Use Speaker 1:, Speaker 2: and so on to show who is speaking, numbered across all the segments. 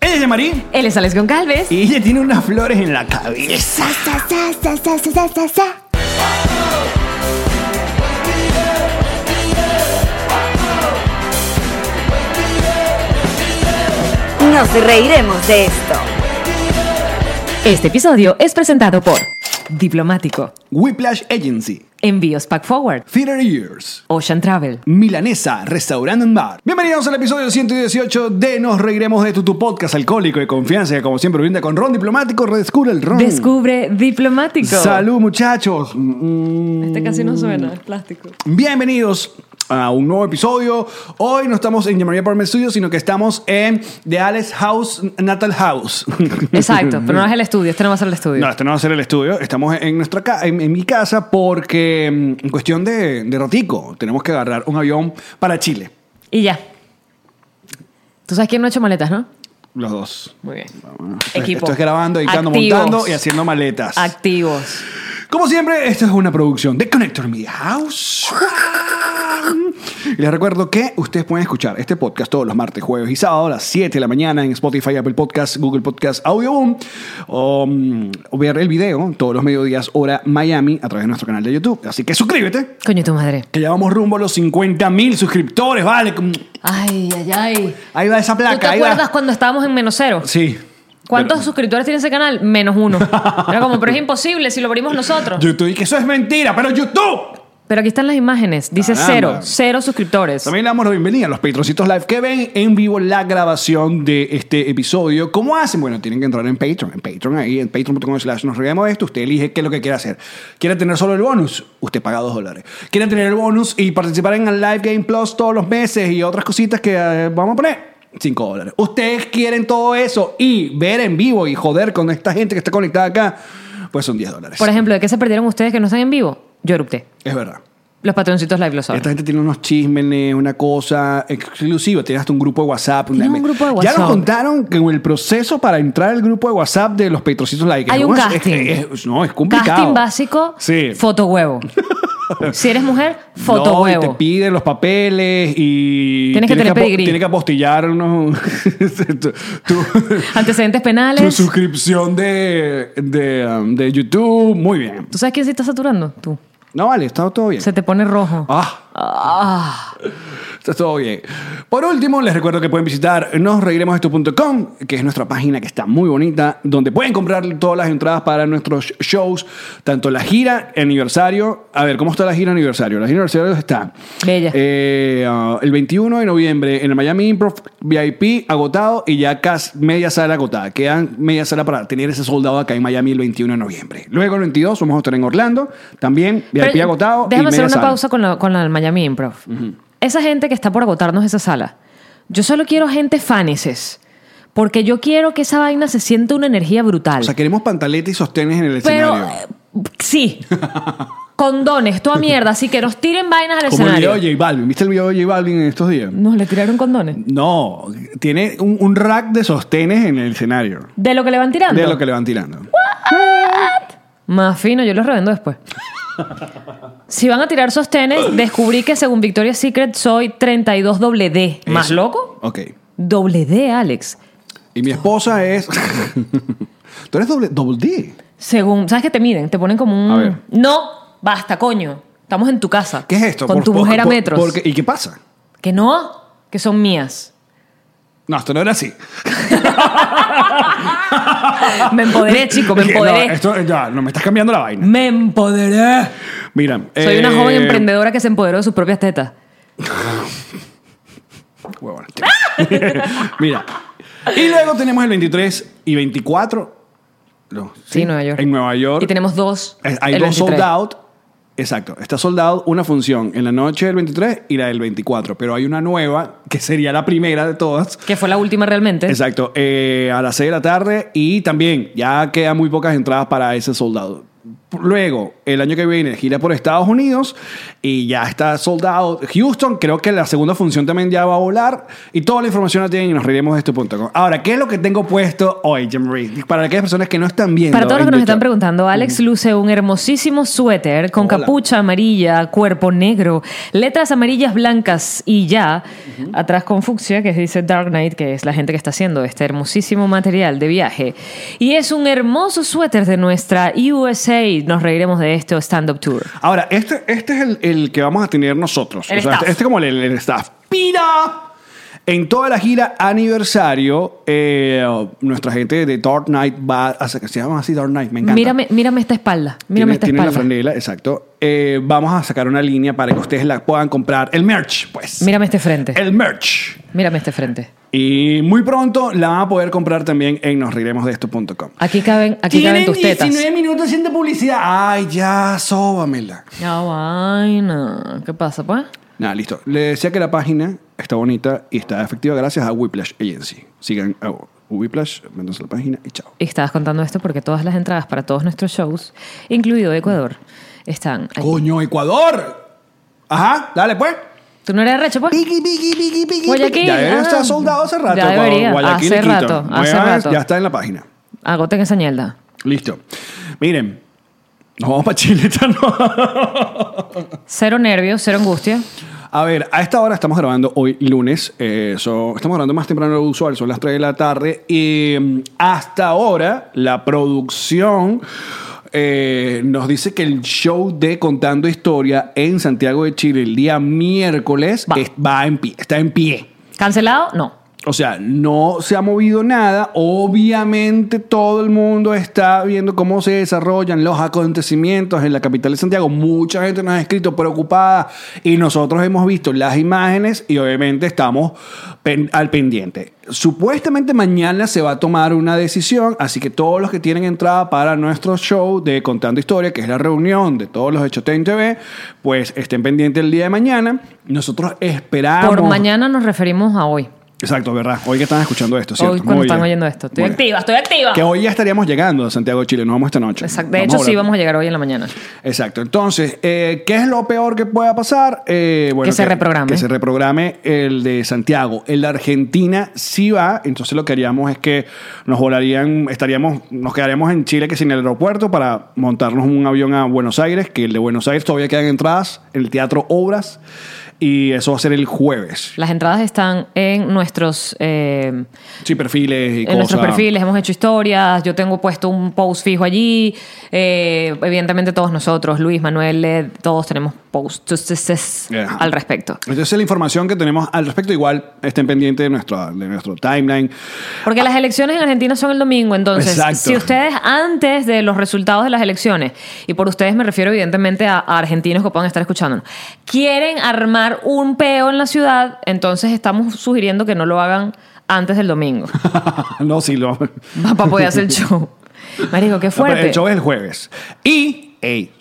Speaker 1: es Yamarí.
Speaker 2: Él es Alex Goncalves.
Speaker 1: Y ella tiene unas flores en la cabeza.
Speaker 3: Nos reiremos de esto.
Speaker 2: Este episodio es presentado por Diplomático,
Speaker 1: Whiplash Agency.
Speaker 2: Envíos Pack Forward,
Speaker 1: Theater Years.
Speaker 2: Ocean Travel.
Speaker 1: Milanesa, restaurante and bar. Bienvenidos al episodio 118 de Nos Reiremos de tu, tu podcast alcohólico de confianza que como siempre brinda con Ron Diplomático. Redescubre el Ron.
Speaker 2: Descubre Diplomático.
Speaker 1: Mm. Salud muchachos. Mm,
Speaker 4: Este casi no suena, es plástico.
Speaker 1: Bienvenidos a un nuevo episodio. Hoy no estamos en Llamaría por Estudio, sino que estamos en The Alex House Natal House.
Speaker 2: Exacto, pero no es el estudio, este no va a ser el estudio.
Speaker 1: No, este no va a ser el estudio. Estamos en nuestra ca- en, en mi casa porque mm, en cuestión de, de ratico tenemos que agarrar un avión para Chile.
Speaker 2: Y ya. Tú sabes quién no ha hecho maletas, ¿no?
Speaker 1: Los dos.
Speaker 2: Muy bien.
Speaker 1: Esto es-
Speaker 2: Equipo.
Speaker 1: Esto es grabando, editando,
Speaker 2: Activos.
Speaker 1: montando y haciendo maletas.
Speaker 2: Activos.
Speaker 1: Como siempre, esta es una producción de Connector Media House. Y les recuerdo que ustedes pueden escuchar este podcast todos los martes, jueves y sábados a las 7 de la mañana en Spotify, Apple Podcast, Google Podcast, Audioboom. O, mm, o ver el video todos los mediodías, hora Miami, a través de nuestro canal de YouTube. Así que suscríbete,
Speaker 2: Coño, tu madre.
Speaker 1: que ya vamos rumbo a los 50 mil suscriptores, ¿vale? Como-
Speaker 2: Ay, ay, ay.
Speaker 1: Ahí va esa placa.
Speaker 2: ¿Tú te
Speaker 1: ahí va.
Speaker 2: acuerdas cuando estábamos en menos cero?
Speaker 1: Sí.
Speaker 2: ¿Cuántos suscriptores tiene ese canal? Menos uno. Era como, pero es imposible si lo abrimos nosotros.
Speaker 1: YouTube, y que eso es mentira, pero YouTube.
Speaker 2: Pero aquí están las imágenes. Dice
Speaker 1: Caramba.
Speaker 2: cero. Cero suscriptores.
Speaker 1: También le damos la bienvenida a los Patroncitos Live que ven en vivo la grabación de este episodio. ¿Cómo hacen? Bueno, tienen que entrar en Patreon. En Patreon, ahí en patreon.com slash nos reguemos esto. Usted elige qué es lo que quiere hacer. ¿Quiere tener solo el bonus? Usted paga dos dólares. ¿Quiere tener el bonus y participar en el Live Game Plus todos los meses y otras cositas que eh, vamos a poner? 5 dólares. Ustedes quieren todo eso y ver en vivo y joder con esta gente que está conectada acá, pues son 10 dólares.
Speaker 2: Por ejemplo, ¿de qué se perdieron ustedes que no están en vivo? Yo erupté.
Speaker 1: Es verdad.
Speaker 2: Los patroncitos live lo saben.
Speaker 1: Esta gente tiene unos chismenes, una cosa exclusiva. Tiene hasta un grupo de WhatsApp.
Speaker 2: Tiene un grupo
Speaker 1: Ya
Speaker 2: de
Speaker 1: nos
Speaker 2: WhatsApp.
Speaker 1: contaron que el proceso para entrar al grupo de WhatsApp de los Petrocitos Like.
Speaker 2: Hay un
Speaker 1: Es-
Speaker 2: casting.
Speaker 1: Es, es- no, es complicado.
Speaker 2: Casting básico,
Speaker 1: Sí.
Speaker 2: foto huevo. si eres mujer, foto
Speaker 1: No, y
Speaker 2: huevo.
Speaker 1: te piden los papeles y.
Speaker 2: Tienes que tener
Speaker 1: apo-
Speaker 2: pedigrí.
Speaker 1: Tienes que apostillar unos. tu, tu-
Speaker 2: Antecedentes
Speaker 1: tu
Speaker 2: penales.
Speaker 1: suscripción de, de, um, de YouTube. Muy bien.
Speaker 2: ¿Tú sabes quién se está saturando? Tú.
Speaker 1: No, vale, está todo bien.
Speaker 2: Se te pone rojo.
Speaker 1: Ah.
Speaker 2: Ah.
Speaker 1: Está todo bien. Por último, les recuerdo que pueden visitar nosreiremosdeesto.com, que es nuestra página que está muy bonita, donde pueden comprar todas las entradas para nuestros shows, tanto la gira aniversario. A ver, ¿cómo está la gira aniversario? La gira aniversario está
Speaker 2: Bella.
Speaker 1: eh, ah, el 21 de noviembre en el Miami Improv VIP agotado y ya casi media sala agotada. Quedan media sala para tener ese soldado acá en Miami el 21 de noviembre. Luego el 22 vamos a estar en Orlando, también VIP
Speaker 2: Pero,
Speaker 1: agotado. y
Speaker 2: Déjame hacer
Speaker 1: media
Speaker 2: una
Speaker 1: sala.
Speaker 2: pausa con la, con la del Miami Improv. Esa gente que está por agotarnos esa sala. Yo solo quiero gente faneses. Porque yo quiero que esa vaina se sienta una energía brutal.
Speaker 1: O sea, queremos pantaletas y sostenes en el escenario.
Speaker 2: Pero eh, sí. condones, toda mierda. Así que nos tiren vainas al
Speaker 1: Como el video
Speaker 2: escenario.
Speaker 1: de J Balvin. ¿Viste el video de J Balvin en estos días?
Speaker 2: Nos le tiraron condones.
Speaker 1: No, tiene un, un rack de sostenes en el escenario.
Speaker 2: De lo que le van tirando.
Speaker 1: De lo que le van tirando.
Speaker 2: Más fino, yo los revendo después. si van a tirar sostenes, descubrí que según Victoria's Secret soy 32 doble D. ¿Más
Speaker 1: Eso.
Speaker 2: loco?
Speaker 1: Ok.
Speaker 2: Doble D, Alex.
Speaker 1: Y mi esposa es. Tú eres doble, doble D.
Speaker 2: Según, ¿sabes que te miden? Te ponen como un...
Speaker 1: A ver.
Speaker 2: No, basta, coño. Estamos en tu casa.
Speaker 1: ¿Qué es esto?
Speaker 2: Con
Speaker 1: Por-
Speaker 2: tu
Speaker 1: por-
Speaker 2: mujer a
Speaker 1: por-
Speaker 2: metros.
Speaker 1: porque- ¿Y qué pasa?
Speaker 2: Que no, que son mías.
Speaker 1: No, esto no era así.
Speaker 2: Me empoderé, chico, me
Speaker 1: Dije,
Speaker 2: empoderé.
Speaker 1: No, esto, ya, no me estás cambiando la vaina.
Speaker 2: Me empoderé.
Speaker 1: Mira.
Speaker 2: Soy una
Speaker 1: eh,
Speaker 2: joven emprendedora que se empoderó de sus propias tetas.
Speaker 1: Huevón. Mira. Y luego tenemos el 23 y 24. no,
Speaker 2: Sí, Nueva York.
Speaker 1: En Nueva York.
Speaker 2: Y tenemos dos.
Speaker 1: Eh, Hay
Speaker 2: el
Speaker 1: dos
Speaker 2: 23.
Speaker 1: sold out. Exacto. Está sold out una función en la noche del 23 y la del 24. Pero hay una nueva que sería la primera de todas.
Speaker 2: Que fue la última realmente.
Speaker 1: Exacto. eh, a las 6 de la tarde y también ya quedan muy pocas entradas para ese sold out. Luego, el año que viene, gira por Estados Unidos y ya está sold out. Houston, creo que la segunda función también ya va a volar. Y toda la información la tienen y nos reiremos de este punto. Ahora, ¿qué es lo que tengo puesto hoy, Jim Reed? Para aquellas personas que no están viendo.
Speaker 2: Para todos los que
Speaker 1: en
Speaker 2: nos están
Speaker 1: YouTube.
Speaker 2: preguntando, Alex luce un hermosísimo suéter con
Speaker 1: Hola.
Speaker 2: capucha amarilla, cuerpo negro, letras amarillas blancas y ya, atrás con fucsia, que dice Dark Knight, que es la gente que está haciendo este hermosísimo material de viaje. Y es un hermoso suéter de nuestra USA, nos reiremos de esto, Stand Up Tour.
Speaker 1: Ahora, este, este es el, el que vamos a tener nosotros.
Speaker 2: El
Speaker 1: O sea,
Speaker 2: staff.
Speaker 1: este, este es como el, el- el staff. ¡Pira! En toda la gira aniversario, eh, nuestra gente de Dark Knight va a... Se llaman así Dark Knight, me encanta.
Speaker 2: Mírame, mírame esta espalda,
Speaker 1: tiene,
Speaker 2: mírame esta
Speaker 1: tiene la
Speaker 2: espalda.
Speaker 1: franela, exacto. Eh, vamos a sacar una línea para que ustedes la puedan comprar. El merch, pues.
Speaker 2: Mírame este frente.
Speaker 1: El merch.
Speaker 2: Mírame este frente.
Speaker 1: Y muy pronto la van a poder comprar también en nosriremosdeesto.com.
Speaker 2: Aquí caben, aquí caben tus tetas.
Speaker 1: minutos haciendo publicidad. Ay, ya, sóbamela.
Speaker 2: Ya, vaina. ¿Qué pasa, pues?
Speaker 1: Nada, listo. Le decía que la página está bonita y está efectiva gracias a Whiplash Agency. Sigan a Whiplash, métanse a la página y chao.
Speaker 2: Y estabas contando esto porque todas las entradas para todos nuestros shows, incluido Ecuador, están aquí.
Speaker 1: ¡Coño, Ecuador! Ajá, dale pues.
Speaker 2: ¿Tú no eres recho, pues?
Speaker 1: Piggy, piggy, piggy, piggy.
Speaker 2: Guayaquil,
Speaker 1: Ya debe
Speaker 2: ah.
Speaker 1: estar soldado hace rato.
Speaker 2: Ya
Speaker 1: pa-
Speaker 2: debería,
Speaker 1: Guayaquil y
Speaker 2: hace
Speaker 1: Quito.
Speaker 2: rato, hace
Speaker 1: Muevan,
Speaker 2: rato.
Speaker 1: Ya está en la página.
Speaker 2: Agoten esa ñelda.
Speaker 1: Listo. Miren, nos vamos para Chile esta noche.
Speaker 2: Cero nervios, cero angustia.
Speaker 1: A ver, a esta hora estamos grabando hoy lunes. eh, so- estamos grabando más temprano de lo usual, son las 3 de la tarde. Y mm, hasta ahora, la producción eh, nos dice que el show de Contando Historia en Santiago de Chile el día miércoles
Speaker 2: Va.
Speaker 1: es- va en pie, está en pie.
Speaker 2: ¿Cancelado? No.
Speaker 1: O sea, no se ha movido nada. Obviamente todo el mundo está viendo cómo se desarrollan los acontecimientos en la capital de Santiago. Mucha gente nos ha escrito preocupada y nosotros hemos visto las imágenes y obviamente estamos pen- al pendiente. Supuestamente mañana se va a tomar una decisión, así que todos los que tienen entrada para nuestro show de Contando Historia, que es la reunión de todos los Hechos en TV, pues estén pendientes el día de mañana. Nosotros esperamos...
Speaker 2: Por mañana nos referimos a hoy.
Speaker 1: Exacto, verdad. Hoy que están escuchando esto, ¿cierto?
Speaker 2: hoy cuando
Speaker 1: Muy
Speaker 2: están
Speaker 1: bien.
Speaker 2: oyendo esto. Estoy
Speaker 1: Muy bien.
Speaker 2: activa, estoy activa.
Speaker 1: Que hoy ya estaríamos llegando a Santiago de Chile, no vamos esta noche.
Speaker 2: Exacto. De hecho, sí, vamos a llegar hoy en la mañana.
Speaker 1: hablar- Exacto. Entonces, eh, ¿qué es lo peor que pueda pasar? Eh, bueno,
Speaker 2: Que se reprograme.
Speaker 1: Que se reprograme el de Santiago. El de Argentina sí va, entonces lo que haríamos es que nos volarían, estaríamos, nos quedaríamos en Chile, que sin el aeropuerto, para montarnos un avión a Buenos Aires, que el de Buenos Aires todavía quedan entradas, en el Teatro Obras, y eso va a ser el jueves.
Speaker 2: Las entradas están en nuestros... eh,
Speaker 1: Sí, perfiles y
Speaker 2: en
Speaker 1: cosas.
Speaker 2: nuestros perfiles hemos hecho historias, yo tengo puesto un post fijo allí, eh, evidentemente todos nosotros, Luis, Manuel, Led, todos tenemos posts
Speaker 1: Ajá.
Speaker 2: al respecto.
Speaker 1: Entonces la información que tenemos al respecto igual estén pendientes de nuestro, de nuestro timeline.
Speaker 2: Porque las elecciones en Argentina son el domingo, entonces
Speaker 1: Exacto.
Speaker 2: si ustedes antes de los resultados de las elecciones, y por ustedes me refiero evidentemente a, a argentinos que puedan estar escuchándonos, quieren armar un peo en la ciudad, entonces estamos sugiriendo que no lo hagan antes del domingo,
Speaker 1: no, sí, lo...
Speaker 2: para poder hacer el show. Marico, qué fuerte.
Speaker 1: El show es el jueves. Y, ey,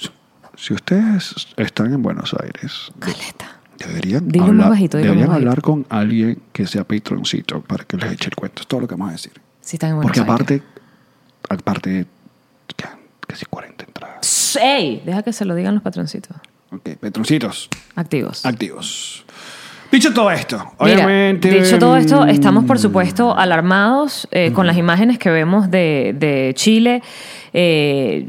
Speaker 1: si ustedes están en Buenos Aires,
Speaker 2: Caleta.
Speaker 1: deberían,
Speaker 2: Dilo más
Speaker 1: hablar,
Speaker 2: bajito, dilo
Speaker 1: deberían
Speaker 2: más bajito.
Speaker 1: hablar con alguien que sea patroncito para que les eche el cuento. Es todo lo que vamos a decir.
Speaker 2: Sí, están en Buenos
Speaker 1: Porque
Speaker 2: Aires.
Speaker 1: aparte, aparte, quedan casi 40 entradas.
Speaker 2: ¡Ey! Deja que se lo digan los patroncitos
Speaker 1: Ok, patroncitos
Speaker 2: activos.
Speaker 1: activos. Dicho todo esto,
Speaker 2: Mira,
Speaker 1: obviamente...
Speaker 2: dicho todo esto, estamos por
Speaker 1: mm,
Speaker 2: supuesto alarmados eh, con las imágenes que vemos de, de Chile. Eh,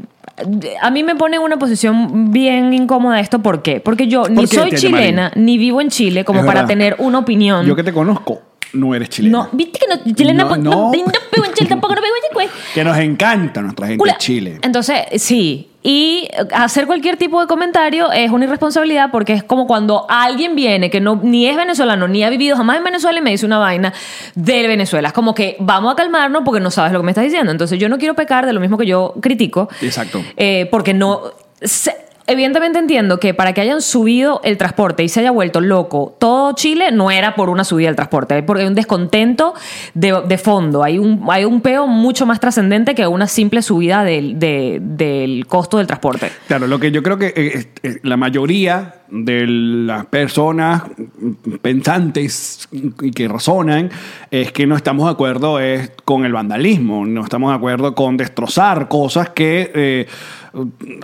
Speaker 2: a mí me pone en una posición bien incómoda esto. ¿Por qué? Porque yo ni
Speaker 1: ¿Por qué,
Speaker 2: soy
Speaker 1: Tete
Speaker 2: chilena,
Speaker 1: Marín?
Speaker 2: ni vivo en Chile como
Speaker 1: Es
Speaker 2: para
Speaker 1: verdad.
Speaker 2: tener una opinión.
Speaker 1: Yo que te conozco, no eres chileno.
Speaker 2: No, viste que no, chilena,
Speaker 1: No,
Speaker 2: pues,
Speaker 1: no.
Speaker 2: no, no vivo en Chile, tampoco no vivo en Chile.
Speaker 1: Que nos encanta nuestra gente
Speaker 2: Cula.
Speaker 1: de Chile.
Speaker 2: Entonces, sí. Y hacer cualquier tipo de comentario es una irresponsabilidad porque es como cuando alguien viene que no, ni es venezolano, ni ha vivido jamás en Venezuela y me dice una vaina de Venezuela. Es como que vamos a calmarnos porque no sabes lo que me estás diciendo. Entonces, yo no quiero pecar de lo mismo que yo critico.
Speaker 1: Exacto.
Speaker 2: Eh, porque no. se- evidentemente entiendo que para que hayan subido el transporte y se haya vuelto loco todo Chile, no era por una subida del transporte, es porque hay un descontento de, de fondo. Hay un, hay un peo mucho más trascendente que una simple subida del, de- del costo del transporte.
Speaker 1: Claro, lo que yo creo que eh, es- es la mayoría de las personas mm, pensantes y que razonan es que no estamos de acuerdo es con el vandalismo, no estamos de acuerdo con destrozar cosas que eh,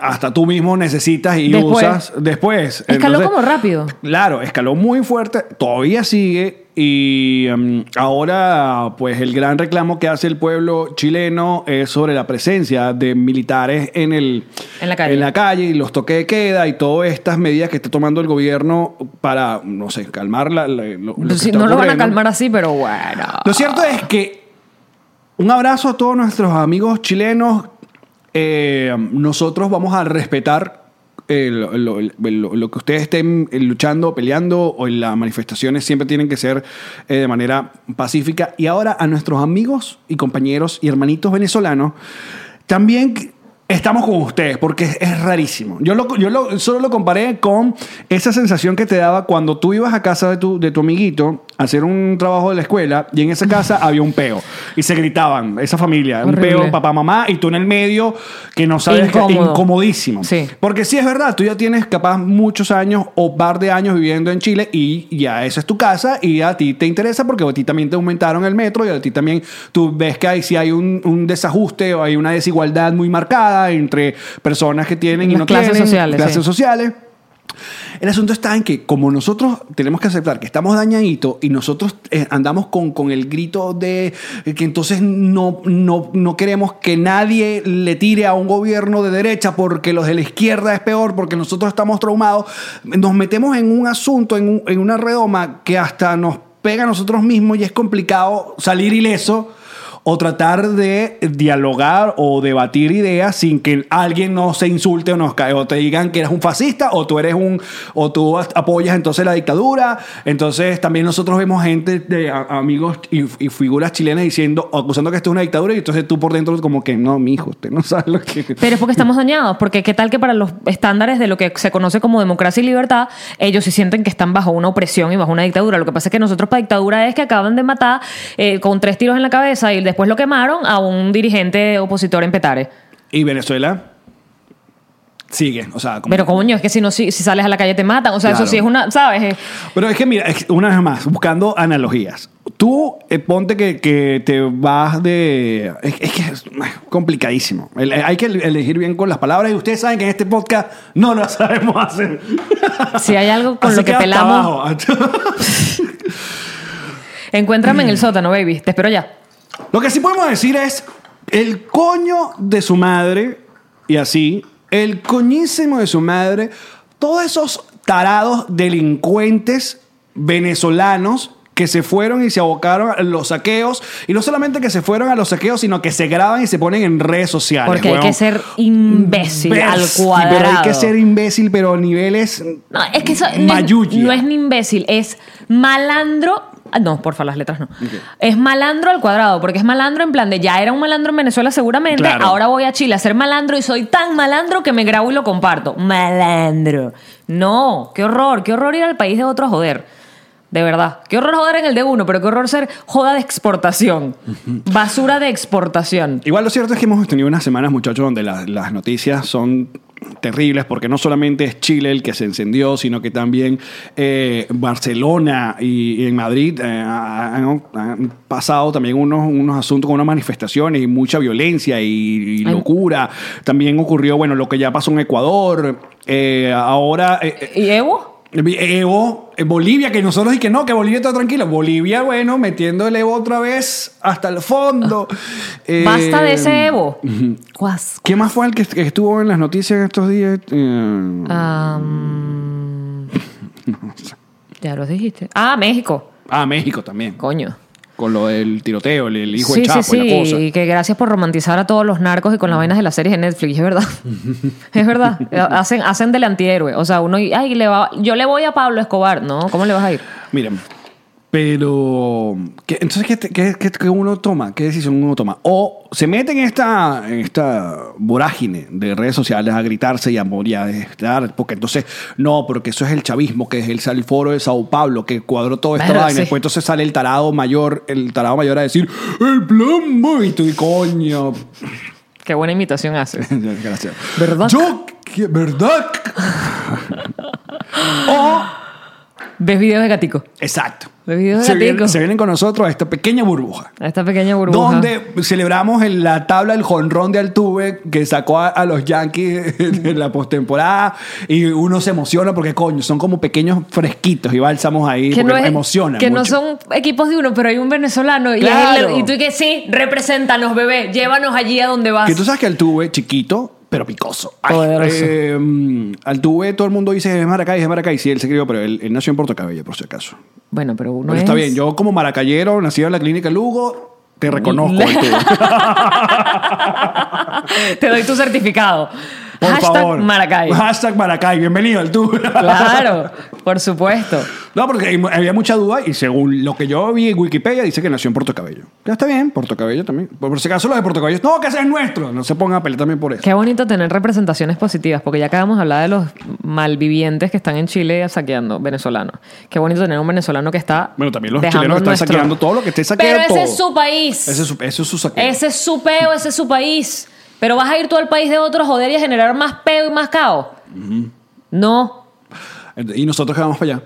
Speaker 1: hasta tú mismo necesitas y
Speaker 2: Después.
Speaker 1: usas después.
Speaker 2: Escaló
Speaker 1: Entonces,
Speaker 2: como rápido.
Speaker 1: Claro, escaló muy fuerte, todavía sigue y em, ahora pues el gran reclamo que hace el pueblo chileno es sobre la presencia de militares en el
Speaker 2: En la calle.
Speaker 1: calle, y los toques de queda y todas estas medidas que está tomando el gobierno para no sé, calmar la, la- lo- lo que
Speaker 2: Pues Sí,
Speaker 1: está
Speaker 2: no lo van a
Speaker 1: ocurriendo.
Speaker 2: calmar así, pero bueno.
Speaker 1: Lo cierto es que un abrazo a todos nuestros amigos chilenos. Eh, nosotros vamos a respetar eh, lo, lo- lo- lo que ustedes estén eh, luchando, peleando, o en las manifestaciones siempre tienen que ser eh, de manera pacífica. Y ahora a nuestros amigos y compañeros y hermanitos venezolanos, también qu- estamos con ustedes, porque es, es rarísimo. Yo, lo, yo lo- solo lo comparé con esa sensación que te daba cuando tú ibas a casa de tu, de tu amiguito a hacer un trabajo de la escuela y en esa casa había un peo. Y se gritaban, esa familia,
Speaker 2: Horrible.
Speaker 1: un peo, papá, mamá, y tú en el medio que no sabes, que-
Speaker 2: Incómodo.
Speaker 1: incomodísimo.
Speaker 2: Sí.
Speaker 1: Porque sí es verdad, tú ya tienes capaz muchos años o par de años viviendo en Chile y ya esa es tu casa y a ti te interesa porque a ti también te aumentaron el metro y a ti también tú ves que hay, si hay un, un desajuste o hay una desigualdad muy marcada entre personas que tienen y
Speaker 2: Las
Speaker 1: no
Speaker 2: clases
Speaker 1: tienen,
Speaker 2: sociales,
Speaker 1: clases
Speaker 2: sí.
Speaker 1: sociales. El asunto está en que como nosotros tenemos que aceptar que estamos dañaditos y nosotros eh, andamos con, con el grito de eh, que entonces no, no, no queremos que nadie le tire a un gobierno de derecha porque los de la izquierda es peor, porque nosotros estamos traumados, nos metemos en un asunto, en, un- en una redoma que hasta nos pega a nosotros mismos y es complicado salir ileso o tratar de dialogar o debatir ideas sin que alguien no se insulte o nos cae o te digan que eres un fascista o tú eres un o tú as- apoyas entonces la dictadura entonces también nosotros vemos gente de a- amigos y, y figuras chilenas diciendo acusando que esto es una dictadura y entonces tú por dentro como que no mijo usted no sabe lo que
Speaker 2: Pero es porque estamos dañados, porque qué tal que para los estándares de lo que se conoce como democracia y libertad, ellos sí sienten que están bajo una opresión y bajo una dictadura. Lo que pasa es que nosotros para dictadura es que acaban de matar eh, con tres tiros en la cabeza y después lo quemaron a un dirigente opositor en Petare.
Speaker 1: y Venezuela sigue o sea como-
Speaker 2: Pero coño, es que si no si, si sales a la calle te matan, o sea,
Speaker 1: Claro.
Speaker 2: eso sí es una, ¿sabes? Eh,
Speaker 1: Pero es que mira, es- una vez más, buscando analogías. Tú eh, ponte que, que te vas de... Es, es que es ay, complicadísimo. El- eh, hay que elegir bien con las palabras y ustedes saben que en este podcast no lo sabemos hacer.
Speaker 2: Si hay algo con
Speaker 1: Así
Speaker 2: lo que,
Speaker 1: hasta
Speaker 2: pelamos,
Speaker 1: abajo.
Speaker 2: encuéntrame en el sótano, baby, te espero ya.
Speaker 1: Lo que sí podemos decir es el coño de su madre y así, el coñísimo de su madre, todos esos tarados delincuentes venezolanos que se fueron y se abocaron a los saqueos y no solamente que se fueron a los saqueos sino que se graban y se ponen en redes sociales
Speaker 2: Porque hay
Speaker 1: huevón.
Speaker 2: que ser imbécil
Speaker 1: Bestia,
Speaker 2: al cuadrado.
Speaker 1: pero hay que ser imbécil pero a niveles
Speaker 2: No, es que eso no es,
Speaker 1: Mayuya.
Speaker 2: no es ni imbécil, es malandro. ah, No, porfa, las letras no. Es malandro al cuadrado, porque es malandro en plan de ya era un malandro en Venezuela seguramente,
Speaker 1: Claro.
Speaker 2: ahora voy a Chile a ser malandro y soy tan malandro que me grabo y lo comparto. Malandro. No, qué horror, qué horror ir al país de otro a joder. De verdad. Qué horror joder en el de uno, pero qué horror ser joda de exportación. Basura de exportación.
Speaker 1: Igual lo cierto es que hemos tenido unas semanas, muchachos, donde la- las noticias son terribles, porque no solamente es Chile el que se encendió, sino que también eh, Barcelona y, y en Madrid eh, han, han pasado también unos, unos asuntos con unas manifestaciones y mucha violencia y, y
Speaker 2: Ay.
Speaker 1: locura. También ocurrió, bueno, lo que ya pasó en Ecuador, eh, ahora... eh, eh,
Speaker 2: ¿Y Evo?
Speaker 1: Evo, eh, Bolivia, que nosotros y que no, que Bolivia está tranquila. Bolivia, bueno, metiendo el Evo otra vez hasta el fondo. Eh,
Speaker 2: Basta de ese Evo. Cuas-
Speaker 1: ¿Quién más fue el que est- que estuvo en las noticias en estos días? Eh,
Speaker 2: Am, ya lo dijiste. Ah, México.
Speaker 1: ah, México también.
Speaker 2: Coño.
Speaker 1: Con lo del tiroteo, el, el hijo de Chapo y la cosa.
Speaker 2: Y que gracias por romantizar a todos los narcos y con las vainas de las series de Netflix, es verdad. es verdad. Hacen, hacen del antihéroe. O sea, uno, y- ay, le va, yo le voy a Pablo Escobar, ¿no? ¿Cómo le vas a ir?
Speaker 1: Miren, pero... ¿qué- entonces, ¿qué, te- qué- qué- qué uno toma? ¿Qué decisión uno toma? O se mete en esta, en esta vorágine de redes sociales a gritarse y a morir, a estar, porque entonces, no, porque eso es el chavismo, que es el, el foro de Sao Paulo, que cuadró toda esta
Speaker 2: Verga,
Speaker 1: vaina.
Speaker 2: sí.
Speaker 1: Después entonces sale el tarado mayor, el tarado mayor a decir, el plan, y tú, y coño,
Speaker 2: Qué buena imitación hace.
Speaker 1: Gracias.
Speaker 2: ¿Verdad?
Speaker 1: Yo, que- ¿verdad? o
Speaker 2: Ves videos de gatico.
Speaker 1: Exacto.
Speaker 2: Los videos de
Speaker 1: se, vienen-
Speaker 2: gatico.
Speaker 1: se vienen con nosotros a esta pequeña burbuja.
Speaker 2: A esta pequeña burbuja.
Speaker 1: Donde celebramos en la tabla el jonrón de Altuve que sacó a, a los Yankees en la postemporada y uno se emociona porque coño, son como pequeños fresquitos y bálsamos ahí
Speaker 2: Que
Speaker 1: porque
Speaker 2: no, es-
Speaker 1: emocionan
Speaker 2: que no
Speaker 1: mucho.
Speaker 2: son equipos de uno, pero hay un venezolano. y
Speaker 1: Claro.
Speaker 2: es el- Y, tú que sí, represéntanos, bebé. Llévanos allí a donde vas.
Speaker 1: Que tú sabes que Altuve, chiquito, pero picoso. Ay,
Speaker 2: Poderoso.
Speaker 1: eh, mm, Altuve, todo el mundo dice es Maracay, es Maracay. Sí, él se crió, pero él, él nació en Puerto Cabello, por si acaso.
Speaker 2: Bueno, pero uno
Speaker 1: Pero
Speaker 2: es...
Speaker 1: está bien, yo como maracayero, nacido en la clínica Lugo, te reconozco, Altuve.
Speaker 2: Te doy tu certificado.
Speaker 1: Por
Speaker 2: Hashtag
Speaker 1: favor.
Speaker 2: Maracay.
Speaker 1: Hashtag Maracay, bienvenido Altuve.
Speaker 2: Claro, por supuesto.
Speaker 1: No, porque hay- había mucha duda y según lo que yo vi en Wikipedia dice que nació en Puerto Cabello. Ya está bien, Puerto Cabello también. Por, por si acaso los de Puerto Cabello, no, que ese es nuestro. No se pongan a pelear también por eso.
Speaker 2: Qué bonito tener representaciones positivas, porque ya acabamos de hablar de los malvivientes que están en Chile saqueando venezolanos. Qué bonito tener un venezolano que está.
Speaker 1: Bueno, también los
Speaker 2: dejando
Speaker 1: chilenos que están
Speaker 2: nuestro-
Speaker 1: saqueando todo lo que esté saqueando.
Speaker 2: Pero
Speaker 1: todo.
Speaker 2: ese es su país.
Speaker 1: Ese es su, ese es su saqueo.
Speaker 2: Ese es su peo, ese es su país. Pero vas a ir tú al país de otros joder y a generar más peo y más caos. No,
Speaker 1: Y nosotros que vamos para allá.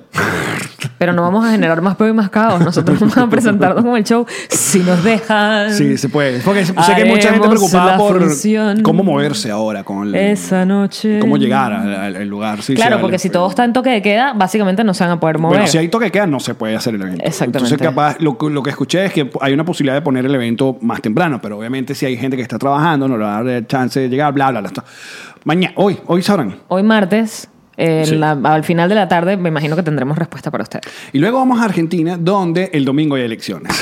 Speaker 2: pero no vamos a generar más peo y más caos. Nosotros vamos a presentarnos con el show si nos dejan.
Speaker 1: Sí, se puede. Porque sé que hay mucha gente
Speaker 2: Mm. Haremos
Speaker 1: preocupada
Speaker 2: la
Speaker 1: por
Speaker 2: función.
Speaker 1: cómo moverse ahora con
Speaker 2: Esa noche.
Speaker 1: cómo llegar al, al- al lugar. Sí,
Speaker 2: Claro,
Speaker 1: sí,
Speaker 2: porque
Speaker 1: al-
Speaker 2: si todo está en toque de queda, básicamente no se van a poder mover.
Speaker 1: Bueno, si hay toque de queda, no se puede hacer el evento.
Speaker 2: Exactamente.
Speaker 1: Entonces, capaz, lo, que- lo que escuché es que hay una posibilidad de poner el evento más temprano, pero obviamente si hay gente que está trabajando, no le va a dar chance de llegar, bla, bla, bla. Mañana, hoy, hoy sabrán.
Speaker 2: Hoy martes, en
Speaker 1: Sí.
Speaker 2: la- al final de la tarde, me imagino que tendremos respuesta para usted.
Speaker 1: Y luego vamos a Argentina, donde el domingo hay elecciones.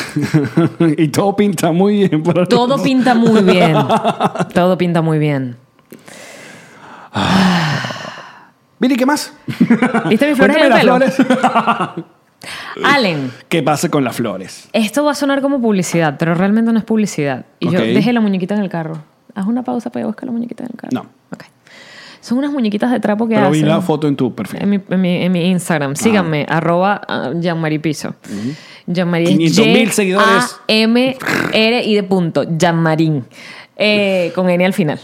Speaker 1: y todo pinta muy bien. para
Speaker 2: Todo
Speaker 1: nosotros.
Speaker 2: pinta muy bien. Todo pinta muy bien.
Speaker 1: Mira, ¿y qué más?
Speaker 2: ¿Viste mis flores en el
Speaker 1: Cuéntame
Speaker 2: pelo?
Speaker 1: las flores.
Speaker 2: Allen,
Speaker 1: ¿Qué pasa con las flores?
Speaker 2: esto va a sonar como publicidad, pero realmente no es publicidad. Y
Speaker 1: Ok.
Speaker 2: yo dejé la muñequita en el carro. Haz una pausa para ir a buscar la muñequita en el carro.
Speaker 1: No.
Speaker 2: Ok. Son unas muñequitas de trapo que
Speaker 1: Pero vi
Speaker 2: hacen. Em-
Speaker 1: la foto en tu perfil.
Speaker 2: En mi, en mi- en mi
Speaker 1: Ah.
Speaker 2: Instagram. Síganme, arroba ah, Yanmari Piso. Yanmari es
Speaker 1: 500.000 seguidores.
Speaker 2: A-M-R y E de punto. Yanmarín. Eh, con N al final.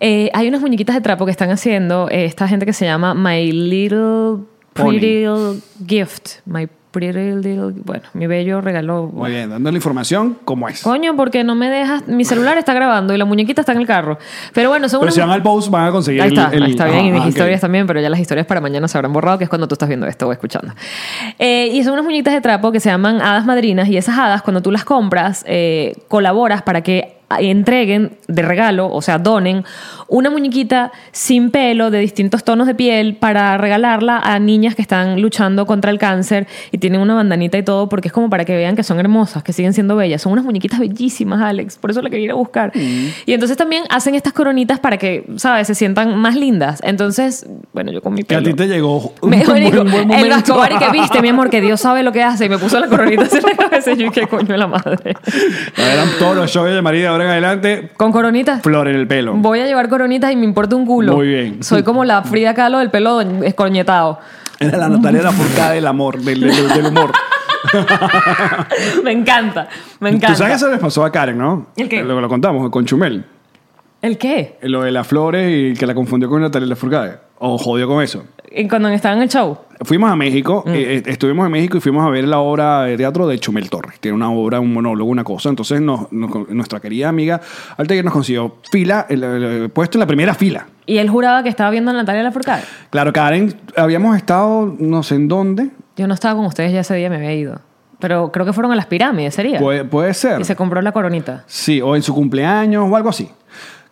Speaker 2: Eh, hay unas muñequitas de trapo que están haciendo eh, esta gente que se llama My Little
Speaker 1: Pony.
Speaker 2: Pretty Little Gift. My Pretty Little... Bueno, mi bello regalo...
Speaker 1: Muy bien, dando la información como es.
Speaker 2: Coño, porque no me dejas... Mi celular está grabando y la muñequita está en el carro. Pero bueno, son
Speaker 1: Pero
Speaker 2: unas...
Speaker 1: si van al post van a conseguir
Speaker 2: Ahí
Speaker 1: el-
Speaker 2: está,
Speaker 1: el-
Speaker 2: ahí está bien.
Speaker 1: Ajá,
Speaker 2: y mis
Speaker 1: ah, ok.
Speaker 2: historias también, pero ya las historias para mañana se habrán borrado, que es cuando tú estás viendo esto o escuchando. Eh, y son unas muñequitas de trapo que se llaman hadas madrinas y esas hadas, cuando tú las compras, eh, colaboras para que entreguen de regalo, o sea, donen una muñequita sin pelo de distintos tonos de piel para regalarla a niñas que están luchando contra el cáncer y tienen una bandanita y todo porque es como para que vean que son hermosas, que siguen siendo bellas. Son unas muñequitas bellísimas, Alex, por eso la quería ir a buscar. Y entonces también hacen estas coronitas para que, ¿sabes?, se sientan más lindas. Entonces, bueno, yo con mi
Speaker 1: Que a
Speaker 2: pelo.
Speaker 1: ti te llegó un
Speaker 2: Me
Speaker 1: buen-
Speaker 2: dijo,
Speaker 1: un buen
Speaker 2: el
Speaker 1: momento.
Speaker 2: Vasco Bari que viste, mi amor, que Dios sabe lo que hace. Y me puso la coronita en la cabeza y yo, ¿qué coño de la madre?
Speaker 1: Eran todos los shows de María de ahora en adelante,
Speaker 2: ¿Con coronitas?
Speaker 1: flor en el pelo.
Speaker 2: Voy a llevar coronitas y me importa un culo.
Speaker 1: Muy bien.
Speaker 2: Soy como la Frida Kahlo del pelo escoñetado.
Speaker 1: Era la Natalia Lafourcade del amor, del, del- del humor.
Speaker 2: Me encanta, me encanta.
Speaker 1: Tú sabes que eso les pasó a Karen, ¿no?
Speaker 2: ¿El qué?
Speaker 1: Lo, lo contamos con Chumel.
Speaker 2: ¿El qué?
Speaker 1: Lo de las flores y que la confundió con Natalia Lafourcade. O jodió con eso.
Speaker 2: ¿Y Eh, Cuando estaba en el show.
Speaker 1: Fuimos a México,
Speaker 2: Mm.
Speaker 1: eh, eh, estuvimos en México y fuimos a ver la obra de teatro de Chumel Torres. Tiene una obra, un monólogo, una cosa. Entonces nos- nos- nuestra querida amiga Altair nos consiguió fila, el- el- el puesto en la primera fila.
Speaker 2: Y él juraba que estaba viendo a Natalia Lafourcade.
Speaker 1: Claro, Karen, habíamos estado no sé en dónde.
Speaker 2: Yo no estaba con ustedes ya ese día, me había ido. Pero creo que fueron a las pirámides, sería.
Speaker 1: Puede, puede ser.
Speaker 2: Y se compró la coronita.
Speaker 1: Sí, o en su cumpleaños o algo así.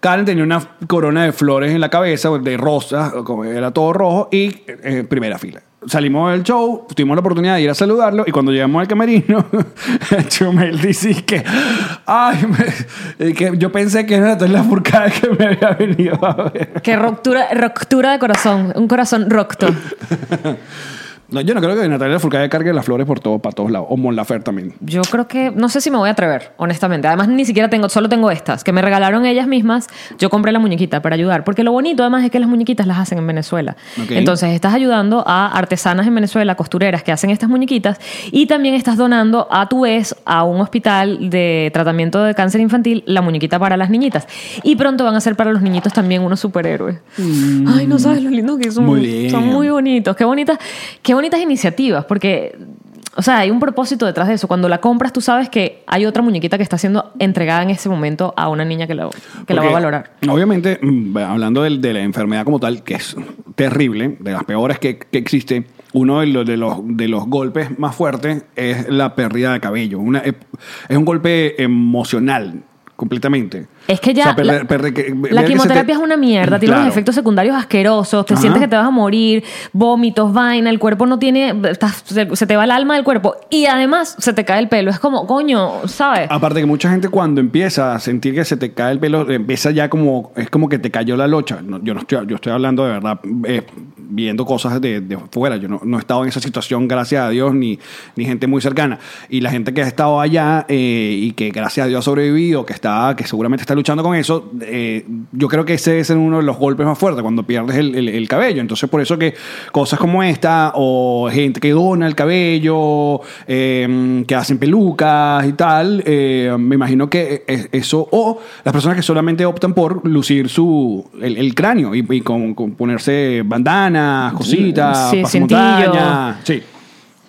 Speaker 1: Karen tenía una corona de flores en la cabeza, de rosas, como era todo rojo, y eh, en primera fila. Salimos del show, tuvimos la oportunidad de ir a saludarlo, y cuando llegamos al camerino, Chumel dice que, ay, me- eh, que yo pensé que era la furcada que me había venido a ver.
Speaker 2: Qué ruptura, ruptura de corazón. Un corazón rocto.
Speaker 1: No, yo no creo que Natalia Furcada cargue las flores por todo, para todos lados, o Mon Laferte también.
Speaker 2: Yo creo que. No sé si me voy a atrever, honestamente. Además, ni siquiera tengo. Solo tengo estas, que me regalaron ellas mismas. Yo compré la muñequita para ayudar. Porque lo bonito, además, es que las muñequitas las hacen en Venezuela.
Speaker 1: Ok.
Speaker 2: Entonces, estás ayudando a artesanas en Venezuela, costureras que hacen estas muñequitas. Y también estás donando a tu vez a un hospital de tratamiento de cáncer infantil la muñequita para las niñitas. Y pronto van a ser para los niñitos también unos superhéroes. Ay, no sabes lo lindos que son.
Speaker 1: Mm. Muy bien.
Speaker 2: Son muy bonitos. Qué bonitas, qué bonitas iniciativas, porque, o sea, hay un propósito detrás de eso. Cuando la compras, tú sabes que hay otra muñequita que está siendo entregada en ese momento a una niña que la, que la va a
Speaker 1: Porque,
Speaker 2: valorar.
Speaker 1: Obviamente, mm, hablando del- de, la enfermedad como tal, que es terrible, de las peores que, que existe, uno de los, de, los, de los golpes más fuertes es la pérdida de cabello. Una, eh, es un golpe emocional, completamente.
Speaker 2: Es que ya
Speaker 1: O sea, perder-
Speaker 2: la,
Speaker 1: perder que-
Speaker 2: la
Speaker 1: ver que se te-
Speaker 2: quimioterapia es una mierda, tiene
Speaker 1: Claro.
Speaker 2: unos efectos secundarios asquerosos, te
Speaker 1: Ajá.
Speaker 2: sientes que te vas a morir, vómitos, vaina, el cuerpo no tiene, estás- se, se te va el alma del cuerpo y además se te cae el pelo, es como, coño, ¿sabes?
Speaker 1: Aparte que mucha gente cuando empieza a sentir que se te cae el pelo, empieza ya como, es como que te cayó la locha. No, yo no estoy, yo estoy hablando de verdad, eh, viendo cosas de, de fuera. Yo no, no he estado en esa situación, gracias a Dios, ni, ni gente muy cercana. Y la gente que ha estado allá eh, y que gracias a Dios ha sobrevivido, que está, que seguramente está luchando con eso, eh, yo creo que ese es uno de los golpes más fuertes cuando pierdes el, el- el cabello. Entonces, por eso que cosas como esta, o gente que dona el cabello, eh, que hacen pelucas y tal, eh, me imagino que es- eso, o las personas que solamente optan por lucir su el, el cráneo y, y con, con ponerse bandanas, cositas,
Speaker 2: Sí,
Speaker 1: pasamontañas. Sí.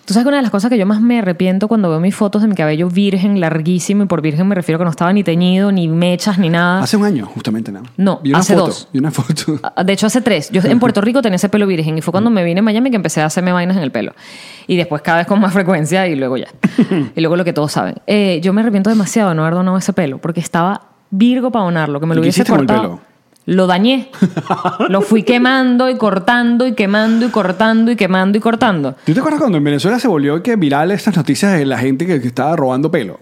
Speaker 2: Tú sabes que una de las cosas que yo más me arrepiento cuando veo mis fotos de mi cabello virgen, larguísimo, y por virgen me refiero a que no estaba ni teñido, ni mechas, ni nada.
Speaker 1: Hace un año, justamente nada.
Speaker 2: Ah. No,
Speaker 1: y una
Speaker 2: hace
Speaker 1: foto,
Speaker 2: dos.
Speaker 1: Y una foto.
Speaker 2: Ah, De hecho, hace tres. Yo en Puerto Rico tenía ese pelo virgen y fue cuando me vine a Miami que empecé a hacerme vainas en el pelo. Y después cada vez con más frecuencia y luego ya. Y luego lo que todos saben. Eh, yo me arrepiento demasiado de no haber donado ese pelo porque estaba virgo para donarlo, que me
Speaker 1: ¿Y
Speaker 2: lo
Speaker 1: qué
Speaker 2: hubiese
Speaker 1: hiciste con el
Speaker 2: cortado.
Speaker 1: pelo?
Speaker 2: Lo dañé. lo fui quemando y cortando y quemando y cortando y quemando y cortando.
Speaker 1: ¿Tú te acuerdas cuando en Venezuela se volvió que viral estas noticias de la gente que, que estaba robando pelo?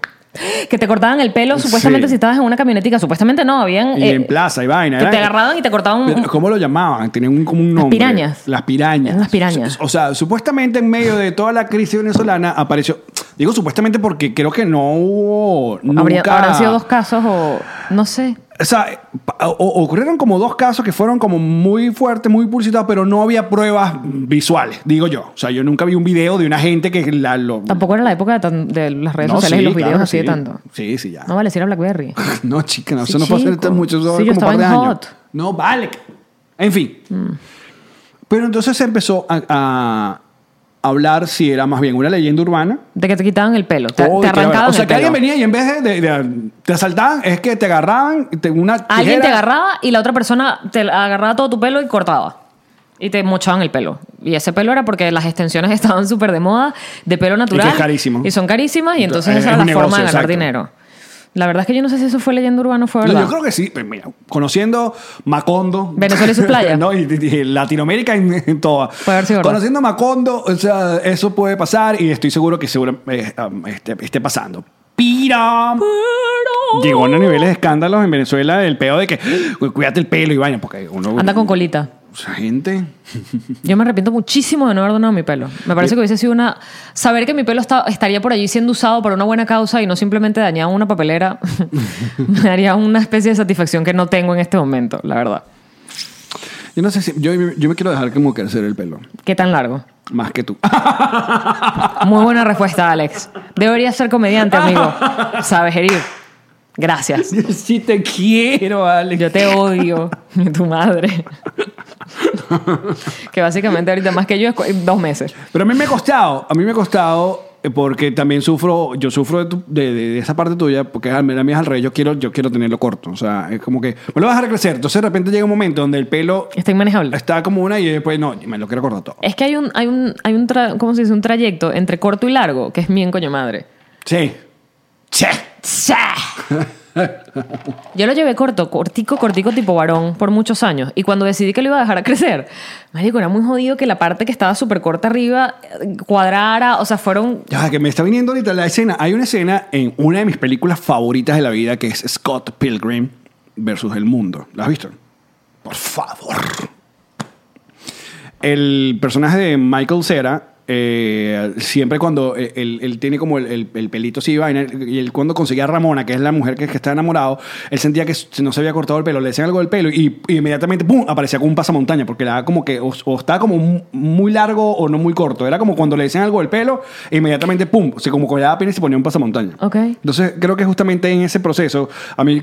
Speaker 2: Que te cortaban el pelo supuestamente
Speaker 1: Sí.
Speaker 2: si estabas en una camionetica. Supuestamente no, habían...
Speaker 1: Y
Speaker 2: eh,
Speaker 1: en plaza y vaina.
Speaker 2: Que te
Speaker 1: era-
Speaker 2: agarraban y te cortaban un- un,
Speaker 1: ¿Cómo lo llamaban? Tenían un, como un nombre.
Speaker 2: pirañas.
Speaker 1: Las pirañas.
Speaker 2: Eran las pirañas.
Speaker 1: O sea, supuestamente en medio de toda la crisis venezolana apareció. Digo supuestamente porque creo que no hubo.
Speaker 2: Habría-
Speaker 1: nunca-
Speaker 2: habrán sido dos casos o no sé.
Speaker 1: O sea, pa- o- ocurrieron como dos casos que fueron como muy fuertes, muy pulsitados, pero no había pruebas visuales, digo yo. O sea, yo nunca vi un video de una gente que la. Lo...
Speaker 2: Tampoco era la época de, tan- de las redes
Speaker 1: No,
Speaker 2: sociales
Speaker 1: sí,
Speaker 2: y los videos
Speaker 1: claro,
Speaker 2: así de
Speaker 1: sí.
Speaker 2: tanto.
Speaker 1: Sí, sí, ya.
Speaker 2: No vale, si era Blackberry.
Speaker 1: No, chica, no,
Speaker 2: Sí,
Speaker 1: eso no fue hace
Speaker 2: chico.
Speaker 1: tan mucho, eso
Speaker 2: Sí,
Speaker 1: fue
Speaker 2: yo
Speaker 1: como
Speaker 2: estaba
Speaker 1: par de
Speaker 2: en
Speaker 1: años.
Speaker 2: Hot. Mm.
Speaker 1: No, vale. En fin. Pero entonces se empezó a, a hablar si era más bien una leyenda urbana.
Speaker 2: De que te quitaban el pelo. Te,
Speaker 1: o
Speaker 2: te
Speaker 1: de que era-
Speaker 2: arrancaban
Speaker 1: O sea,
Speaker 2: el
Speaker 1: que
Speaker 2: pelo.
Speaker 1: alguien venía y en vez de, de- de- te asaltaban, es que te agarraban, y te, una
Speaker 2: Alguien te
Speaker 1: tijera-
Speaker 2: agarraba y la otra persona te agarraba todo tu pelo y cortaba. Y te mochaban el pelo. Y ese pelo era porque las extensiones estaban súper de moda, de pelo natural.
Speaker 1: es carísimo.
Speaker 2: Y son carísimas y entonces
Speaker 1: Es
Speaker 2: esa era la
Speaker 1: un
Speaker 2: forma de
Speaker 1: negocio,
Speaker 2: ganar
Speaker 1: exacto.
Speaker 2: dinero. La verdad es que yo no sé si eso fue leyenda urbana o fue verdad.
Speaker 1: No, yo creo que sí, pero mira, conociendo Macondo.
Speaker 2: Venezuela y su playa.
Speaker 1: no, y, y- y Latinoamérica en, en toda.
Speaker 2: Puede haber sido verdad.
Speaker 1: conociendo Macondo, o sea, eso puede pasar y estoy seguro que seguro, eh, um, esté, esté pasando. Pira. Llegó a unos niveles de escándalos en Venezuela el peo de que "Uy, cuídate el pelo y vaina, porque uno.
Speaker 2: Anda con colita.
Speaker 1: O sea, gente.
Speaker 2: Yo me arrepiento muchísimo de no haber donado mi pelo. Me parece que hubiese sido una... Saber que mi pelo esta- estaría por allí siendo usado para una buena causa y no simplemente dañado en una papelera, me daría una especie de satisfacción que no tengo en este momento, la verdad.
Speaker 1: Yo no sé si. Yo, yo me quiero dejar como crecer el pelo.
Speaker 2: ¿Qué tan largo?
Speaker 1: Más que tú.
Speaker 2: Muy buena respuesta, Alex. Deberías ser comediante, amigo. Sabes herir. Gracias.
Speaker 1: sí te quiero, ah. Alex.
Speaker 2: Yo te odio, y tu madre. que básicamente ahorita más que yo es cu- dos meses.
Speaker 1: Pero a mí me ha costado, a mí me ha costado eh, porque también sufro, yo sufro de, tu- de- de- de esa parte tuya, porque a mí- la mía es al revés, yo quiero, yo quiero tenerlo corto, o sea, es como que me lo vas a dejar crecer, entonces de repente llega un momento donde el pelo
Speaker 2: Está inmanejable.
Speaker 1: está como una y después no, me lo quiero cortar todo.
Speaker 2: Es que hay un, hay un, hay un tra- ¿cómo se dice? Un trayecto entre corto y largo que es bien coño madre.
Speaker 1: Sí. Sí.
Speaker 2: Yo lo llevé corto, cortico, cortico tipo varón por muchos años. Y cuando decidí que lo iba a dejar a crecer, marico, era muy jodido que la parte que estaba súper corta arriba eh, cuadrara, o sea, fueron...
Speaker 1: Ya que me está viniendo ahorita la escena, hay una escena en una de mis películas favoritas de la vida que es Scott Pilgrim versus el mundo. ¿La has visto? Por favor. El personaje de Michael Cera, eh, siempre cuando eh, él, él tiene como el, el- el pelito así, vaina, y él cuando conseguía a Ramona, que es la mujer que, que está enamorado, él sentía que no se había cortado el pelo, le decían algo del pelo y, y inmediatamente, ¡pum!, aparecía con un pasamontaña, porque era como que o, o estaba como mu- muy largo o no muy corto. Era como cuando le decían algo del pelo, e inmediatamente, ¡pum!, se como colgaba apenas y se ponía un pasamontaña.
Speaker 2: Ok.
Speaker 1: Entonces, creo que justamente en ese proceso, a mí,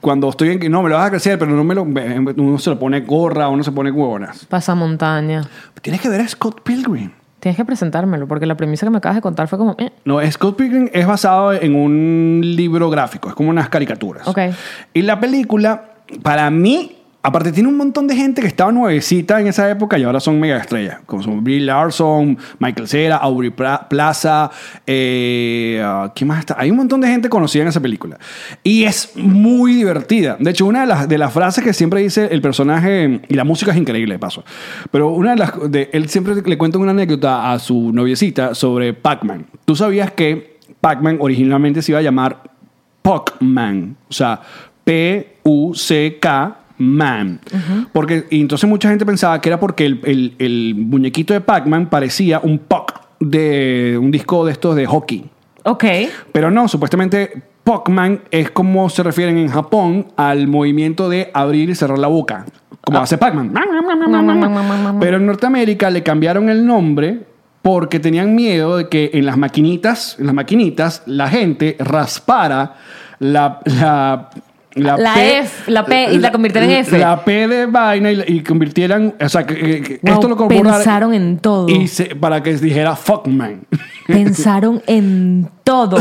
Speaker 1: cuando estoy en que no, me lo vas a crecer, pero no me lo. Uno se lo pone gorra, uno se pone huevonas.
Speaker 2: Pasa montaña.
Speaker 1: Tienes que ver a Scott Pilgrim.
Speaker 2: Tienes que presentármelo, porque la premisa que me acabas de contar fue como. eh.
Speaker 1: No, Scott Pilgrim es basado en un libro gráfico, es como unas caricaturas.
Speaker 2: Ok.
Speaker 1: Y la película, para mí, aparte tiene un montón de gente que estaba nuevecita en esa época y ahora son mega estrellas, como son Bill Larson, Michael Cera, Aubrey Pra- Plaza, eh, ah, ¿qué más está? Hay un montón de gente conocida en esa película. Y es muy divertida. De hecho, una de las, de las frases que siempre dice el personaje, y la música es increíble, de paso, pero una de las, de- él siempre le cuenta una anécdota a su noviecita sobre Pac-Man. ¿Tú sabías que Pac-Man originalmente se iba a llamar Pac-Man. O sea, P-U-C-K. Man. Porque y entonces mucha gente pensaba que era porque el, el- el muñequito de Pac-Man parecía un Puck de un disco de estos de hockey.
Speaker 2: Ok.
Speaker 1: Pero no, supuestamente Pac-Man es como se refieren en Japón al movimiento de abrir y cerrar la boca, como
Speaker 2: Ah.
Speaker 1: hace Pac-Man. Pero en Norteamérica le cambiaron el nombre porque tenían miedo de que en las maquinitas, en las maquinitas, la gente raspara la... la
Speaker 2: La F, la P, y la convirtieran en F.
Speaker 1: La P de vaina y, la- y convirtieran. O sea, que, que- que
Speaker 2: Wow,
Speaker 1: esto lo corroboraron.
Speaker 2: pensaron en todo.
Speaker 1: Y se- para que dijera fuck man.
Speaker 2: Pensaron en todo.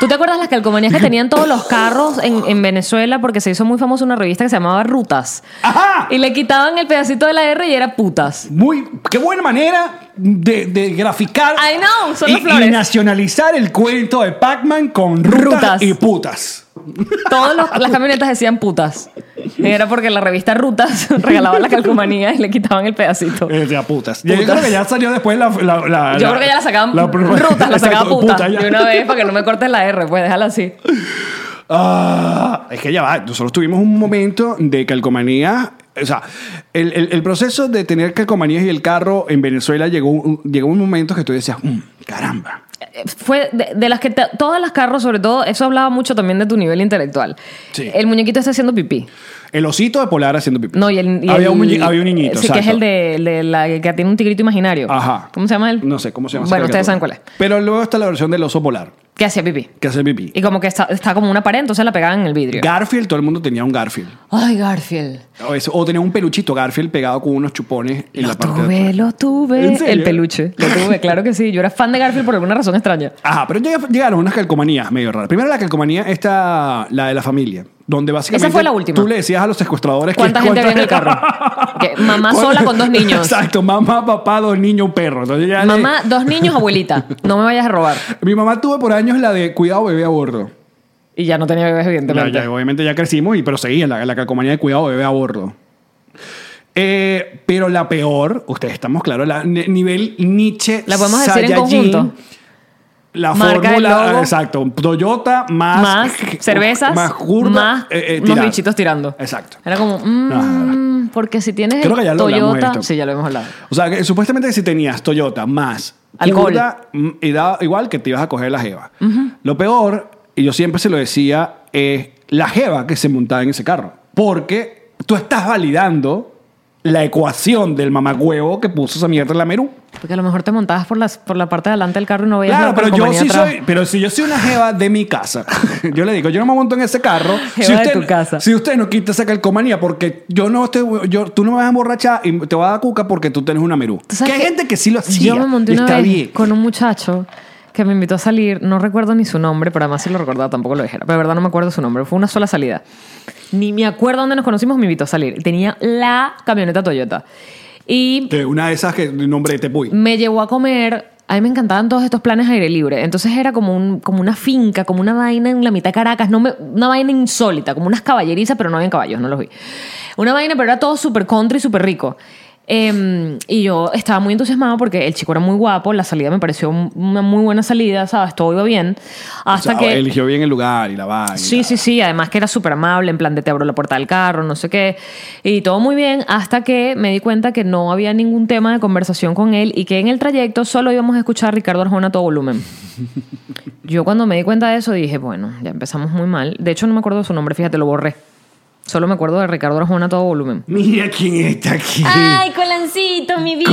Speaker 2: ¿Tú te acuerdas las calcomanías que tenían todos los carros en, en Venezuela? Porque se hizo muy famosa una revista que se llamaba Rutas.
Speaker 1: ¡Ajá!
Speaker 2: Y le quitaban el pedacito de la R y era putas.
Speaker 1: Muy, qué buena manera de, de graficar
Speaker 2: I know, son las
Speaker 1: y,
Speaker 2: flores.
Speaker 1: y nacionalizar el cuento de Pac-Man con rutas,
Speaker 2: Rutas.
Speaker 1: y putas.
Speaker 2: Todas las camionetas decían putas. Y era porque la revista Rutas regalaba la calcomanía y le quitaban el pedacito.
Speaker 1: Eh, ya, putas. Yo creo que ya salió después la... la- la-
Speaker 2: Yo creo que ya la sacaban rutas, la
Speaker 1: Exacto,
Speaker 2: sacaban putas.
Speaker 1: ya.
Speaker 2: de una vez para que no me cortes la R, pues déjala así.
Speaker 1: Ah, es que ya va, nosotros tuvimos un momento de calcomanía. O sea, el, el- el proceso de tener calcomanías y el carro en Venezuela llegó, un- llegó un momento que tú decías, "Mm, caramba.
Speaker 2: Eh, Fue de, de las que te- todas las carros, sobre todo, eso hablaba mucho también de tu nivel intelectual.
Speaker 1: Sí.
Speaker 2: El muñequito está haciendo pipí.
Speaker 1: El osito de Polar haciendo pipí.
Speaker 2: No, y el. y
Speaker 1: había,
Speaker 2: el-
Speaker 1: un, muñe- había un niñito.
Speaker 2: Sí, que es
Speaker 1: exacto.
Speaker 2: el de, el de la el que tiene un tigrito imaginario.
Speaker 1: Ajá.
Speaker 2: ¿Cómo se llama él?
Speaker 1: No sé cómo se llama. esa
Speaker 2: Bueno, ustedes saben
Speaker 1: caricatura?
Speaker 2: cuál es.
Speaker 1: Pero luego está la versión del oso polar,
Speaker 2: Que hacía pipí.
Speaker 1: que hace pipí.
Speaker 2: Y como que está, está como una pared, entonces la pegaban en el vidrio.
Speaker 1: Garfield, todo el mundo tenía un Garfield.
Speaker 2: Ay, Garfield.
Speaker 1: O, eso- o tenía un peluchito Garfield pegado con unos chupones en
Speaker 2: Lo
Speaker 1: la parte de atrás.
Speaker 2: tuve, lo
Speaker 1: ¿En
Speaker 2: tuve.
Speaker 1: serio?
Speaker 2: El peluche. Lo tuve, claro que sí. Yo era fan de Garfield por alguna razón extraña.
Speaker 1: Ajá, pero llega- llegaron unas calcomanías medio raras. Primero la calcomanía, esta, la de la familia, donde básicamente
Speaker 2: Esa fue la última.
Speaker 1: tú le decías a los secuestradores que-
Speaker 2: ¿Cuánta gente había en el carro? Que mamá sola con dos niños.
Speaker 1: Exacto, mamá, papá, dos niños, un perro. Entonces ya le-
Speaker 2: Mamá, dos niños, abuelita. No me vayas a robar.
Speaker 1: Mi mamá tuvo por años la de cuidado bebé a bordo.
Speaker 2: Y ya no tenía bebés,
Speaker 1: Ya,
Speaker 2: evidentemente.
Speaker 1: ya, obviamente ya crecimos, y, pero seguía la, la calcomanía de cuidado bebé a bordo. Eh, pero la peor, ustedes estamos claros, la ni- nivel Nietzsche.
Speaker 2: ¿La podemos decir en
Speaker 1: Saiyajin,
Speaker 2: conjunto?
Speaker 1: La
Speaker 2: Marca,
Speaker 1: fórmula,
Speaker 2: el logo.
Speaker 1: exacto. Toyota más,
Speaker 2: más cervezas,
Speaker 1: más curva,
Speaker 2: más
Speaker 1: eh, eh,
Speaker 2: unos
Speaker 1: tirar.
Speaker 2: bichitos tirando.
Speaker 1: Exacto.
Speaker 2: Era como,
Speaker 1: No, no,
Speaker 2: mmm, porque si tienes
Speaker 1: Creo
Speaker 2: el
Speaker 1: que ya lo hablamos
Speaker 2: Toyota,
Speaker 1: esto.
Speaker 2: sí, ya lo hemos hablado.
Speaker 1: O sea, que supuestamente si tenías Toyota más
Speaker 2: Alcohol.
Speaker 1: curda, mm, y da igual que te ibas a coger la jeva. Lo peor, y yo siempre se lo decía, es la jeva que se montaba en ese carro. Porque tú estás validando la ecuación del mamagüevo que puso esa mierda en la Merú.
Speaker 2: Porque a lo mejor te montabas por, las, por la parte de adelante del carro y no veías
Speaker 1: Claro,
Speaker 2: la
Speaker 1: pero yo
Speaker 2: calcomanía
Speaker 1: sí
Speaker 2: atrás.
Speaker 1: soy, pero si yo soy una jeva de mi casa, yo le digo, yo no me monto en ese carro. si
Speaker 2: Jeva de
Speaker 1: usted,
Speaker 2: tu casa.
Speaker 1: Si usted no quita esa calcomanía, porque yo no estoy, yo, tú no me vas a emborrachar y te vas a dar cuca porque tú tienes una merú.
Speaker 2: ¿Tú
Speaker 1: Que
Speaker 2: sabes
Speaker 1: hay
Speaker 2: qué?
Speaker 1: gente que sí lo hacía.
Speaker 2: Yo me monté
Speaker 1: y
Speaker 2: una
Speaker 1: está
Speaker 2: vez
Speaker 1: bien.
Speaker 2: con un muchacho que me invitó a salir, no recuerdo ni su nombre, pero además si lo recordaba tampoco lo dijera, pero de verdad no me acuerdo su nombre, fue una sola salida. Ni me acuerdo dónde nos conocimos, me invitó a salir. Tenía la camioneta Toyota. Y
Speaker 1: De Eh, una de esas que el nombre te voy.
Speaker 2: me llevó a comer. A mí me encantaban todos estos planes aire libre. Entonces era como, un, como una finca, como una vaina en la mitad de Caracas, no me- una vaina insólita, como unas caballerizas, pero no había caballos, no los vi. Una vaina, pero era todo súper country, súper rico. Em, y yo estaba muy entusiasmado porque el chico era muy guapo, la salida me pareció un- una muy buena salida, ¿sabes? Todo iba bien. Hasta
Speaker 1: O sea,
Speaker 2: que...
Speaker 1: eligió bien el lugar y la vaina.
Speaker 2: Sí, sí, sí. Además que era súper amable, en plan de te abro la puerta del carro, no sé qué. Y todo muy bien, hasta que me di cuenta que no había ningún tema de conversación con él y que en el trayecto solo íbamos a escuchar a Ricardo Arjona a todo volumen. Yo cuando me di cuenta de eso dije, bueno, ya empezamos muy mal. De hecho, no me acuerdo su nombre, fíjate, lo borré. Solo me acuerdo de Ricardo Arjona a todo volumen.
Speaker 1: Mira quién está aquí.
Speaker 3: Ay, Colancito, mi vida.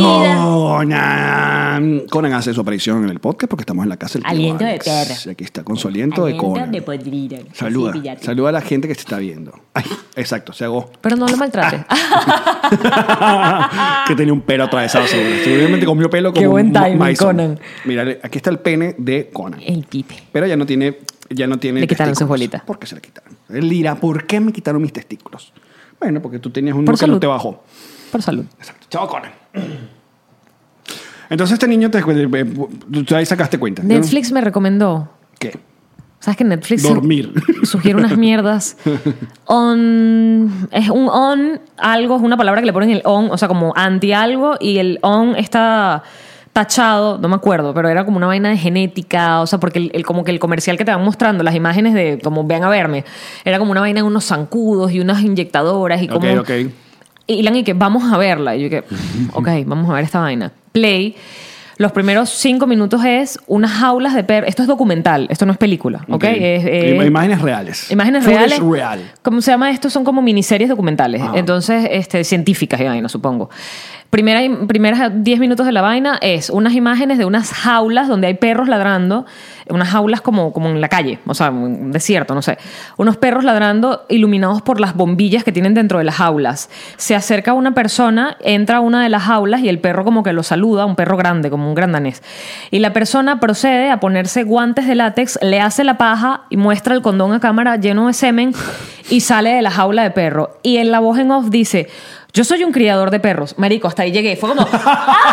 Speaker 1: Conan. Conan hace su aparición en el podcast porque estamos en la casa del tío
Speaker 2: Aliento de
Speaker 1: Alex.
Speaker 2: perra.
Speaker 1: Aquí está, con su aliento, de Conan.
Speaker 2: podrida.
Speaker 1: Saluda.
Speaker 2: Sí, píllate.
Speaker 1: saluda a la gente que se está viendo. Ay, exacto, se agó.
Speaker 2: Pero no lo Ah, maltrates.
Speaker 1: que tenía un pelo atravesado seguro. Seguramente comió pelo como
Speaker 2: Qué buen
Speaker 1: un
Speaker 2: timing,
Speaker 1: Mason.
Speaker 2: Conan.
Speaker 1: Mira, aquí está el pene de Conan.
Speaker 2: El pipe.
Speaker 1: Pero ya no tiene. Ya no tiene
Speaker 2: Le quitaron
Speaker 1: testículos.
Speaker 2: sus bolitas.
Speaker 1: ¿Por qué se le quitaron? Él dirá, ¿por qué me quitaron mis testículos? Bueno, porque tú tenías uno
Speaker 2: Por
Speaker 1: que no
Speaker 2: salud.
Speaker 1: te bajó.
Speaker 2: Por salud.
Speaker 1: Exacto. Chao, Conan. Entonces este niño te. eh, tú Ahí sacaste cuenta. ¿no?
Speaker 2: Netflix me recomendó.
Speaker 1: ¿Qué?
Speaker 2: ¿Sabes que Netflix su-
Speaker 1: Dormir.
Speaker 2: sugiere unas mierdas? On. Es un on algo, es una palabra que le ponen el on, o sea, como anti algo, y el on está tachado, no me acuerdo, pero era como una vaina de genética, o sea, porque el, el- como que el comercial que te van mostrando, las imágenes de como vean a verme, era como una vaina de unos zancudos y unas inyectadoras y como
Speaker 1: Ok, ok.
Speaker 2: y Ilan y que vamos a verla. Y yo que, ok, vamos a ver esta vaina. Play. Los primeros cinco minutos es unas jaulas de perros. Esto es documental, esto no es película, ¿ok? Es, eh,
Speaker 1: Im- imágenes reales.
Speaker 2: imágenes
Speaker 1: Footage
Speaker 2: reales.
Speaker 1: real. Ah.
Speaker 2: ¿Cómo se llama esto? Son como miniseries documentales.
Speaker 1: Ajá.
Speaker 2: Entonces, este, científicas y vaina, supongo. Primera, im- primeras 10 minutos de la vaina es unas imágenes de unas jaulas donde hay perros ladrando, unas jaulas como, como en la calle, o sea, un desierto, no sé. Unos perros ladrando iluminados por las bombillas que tienen dentro de las jaulas. Se acerca una persona, entra a una de las jaulas y el perro como que lo saluda, un perro grande, como un grandanés. Y la persona procede a ponerse guantes de látex, le hace la paja y muestra el condón a cámara lleno de semen y sale de la jaula de perro. Y en la voz en off dice, yo soy un criador de perros. Marico, hasta ahí llegué. Fue como...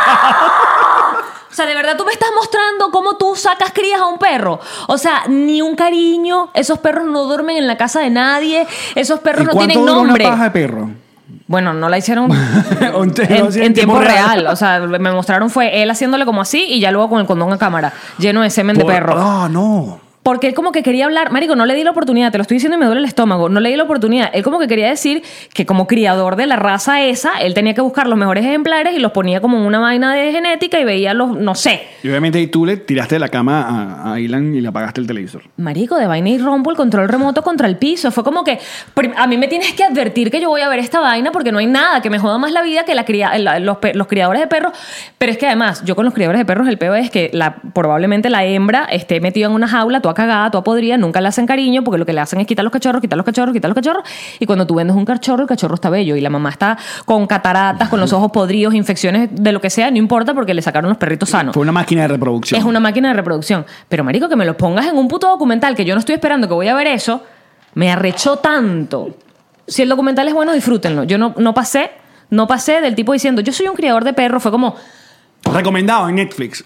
Speaker 2: ¡ah! O sea, de verdad tú me estás mostrando cómo tú sacas crías a un perro. O sea, ni un cariño. Esos perros no duermen en la casa de nadie. Esos perros
Speaker 1: ¿Y
Speaker 2: no
Speaker 1: cuánto
Speaker 2: tienen
Speaker 1: dura
Speaker 2: nombre.
Speaker 1: una paja de perro?
Speaker 2: Bueno, no la hicieron
Speaker 1: Un te-
Speaker 2: en,
Speaker 1: así
Speaker 2: en tiempo real. O sea, me mostraron fue él haciéndole como así y ya luego con el condón a cámara, lleno de semen
Speaker 1: Por-
Speaker 2: de perro.
Speaker 1: Ah, no.
Speaker 2: Porque él como que quería hablar, Marico, no le di la oportunidad, te lo estoy diciendo y me duele el estómago, no le di la oportunidad. Él como que quería decir que como criador de la raza esa, él tenía que buscar los mejores ejemplares y los ponía como en una vaina de genética y veía los, no sé.
Speaker 1: Y obviamente ahí tú le tiraste de la cama a, a Ilan y le apagaste el televisor.
Speaker 2: Marico, de vaina y rompo el control remoto contra el piso. Fue como que prim- a mí me tienes que advertir que yo voy a ver esta vaina porque no hay nada que me joda más la vida que la cría- la- los, pe- los criadores de perros. Pero es que además, yo con los criadores de perros, el peo es que la, probablemente la hembra esté metida en una jaula, tú cagada, tú podrida, nunca le hacen cariño porque lo que le hacen es quitar los cachorros, quitar los cachorros, quitar los cachorros. Y cuando tú vendes un cachorro, el cachorro está bello y la mamá está con cataratas, con los ojos podridos, infecciones de lo que sea, no importa porque le sacaron los perritos sanos.
Speaker 1: Fue una máquina de reproducción.
Speaker 2: Es una máquina de reproducción. Pero, marico, que me lo pongas en un puto documental que yo no estoy esperando que voy a ver eso, me arrechó tanto. Si el documental es bueno, disfrútenlo. Yo no, no pasé, no pasé del tipo diciendo, yo soy un criador de perros. Fue como,
Speaker 1: Recomendado en Netflix.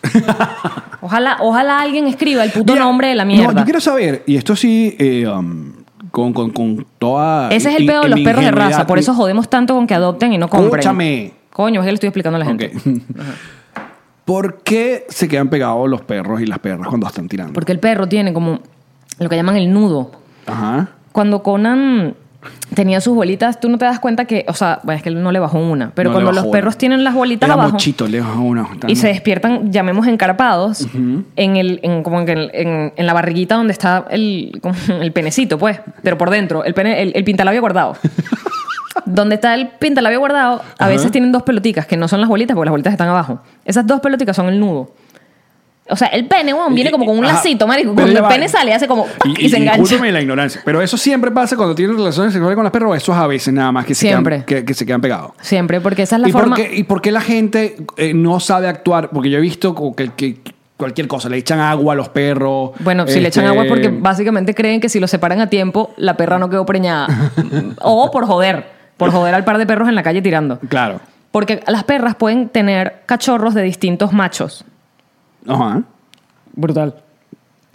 Speaker 2: ojalá, ojalá alguien escriba el puto
Speaker 1: Mira,
Speaker 2: nombre de la
Speaker 1: No,
Speaker 2: mierda.
Speaker 1: yo quiero saber, y esto sí, eh, um, con, con, con toda.
Speaker 2: Ese es el
Speaker 1: in-
Speaker 2: pedo de
Speaker 1: in-
Speaker 2: los perros de
Speaker 1: ingenuidad.
Speaker 2: raza. Por eso jodemos tanto con que adopten y no compren.
Speaker 1: Escúchame.
Speaker 2: Coño, es que le estoy explicando a la
Speaker 1: Ok.
Speaker 2: gente.
Speaker 1: ¿Por qué se quedan pegados los perros y las perras cuando están tirando?
Speaker 2: Porque el perro tiene como lo que llaman el nudo.
Speaker 1: Ajá.
Speaker 2: cuando Conan tenía sus bolitas, tú no te das cuenta que, o sea, bueno, es que él no le bajó una, pero
Speaker 1: No le
Speaker 2: cuando los
Speaker 1: bajó
Speaker 2: perros
Speaker 1: una.
Speaker 2: tienen las bolitas
Speaker 1: Era
Speaker 2: abajo
Speaker 1: mochito, le bajó una.
Speaker 2: y se despiertan, llamemos encarpados, en el, en, como que en, en- en la barriguita donde está el, como el penecito, pues, pero por dentro, el, pene- el, el pintalabio guardado. Donde está el pintalabio guardado, a
Speaker 1: Ajá.
Speaker 2: veces tienen dos peloticas, que no son las bolitas, porque las bolitas están abajo. Esas dos peloticas son el nudo. O sea, el pene, weón, viene como con un
Speaker 1: Ajá.
Speaker 2: lacito, marico.
Speaker 1: Pero
Speaker 2: Cuando
Speaker 1: ya
Speaker 2: el
Speaker 1: va.
Speaker 2: pene sale, hace como... ¡pac! Y, se engancha.
Speaker 1: discúlpeme la ignorancia. Pero eso siempre pasa cuando tienen relaciones sexuales con las perros. Eso es a veces nada más que se,
Speaker 2: Siempre.
Speaker 1: Quedan, que, que se quedan pegados.
Speaker 2: Siempre, porque esa es la
Speaker 1: ¿Y,
Speaker 2: forma...
Speaker 1: por qué, ¿Y por qué la gente eh, no sabe actuar? Porque yo he visto como que, que cualquier cosa, le echan agua a los perros.
Speaker 2: Bueno, si le echan
Speaker 1: este,
Speaker 2: agua porque básicamente creen que si lo separan a tiempo, la perra no quedó preñada. o por joder, por joder al par de perros en la calle tirando.
Speaker 1: Claro.
Speaker 2: Porque las perras pueden tener cachorros de distintos machos.
Speaker 1: Ajá.
Speaker 2: Brutal.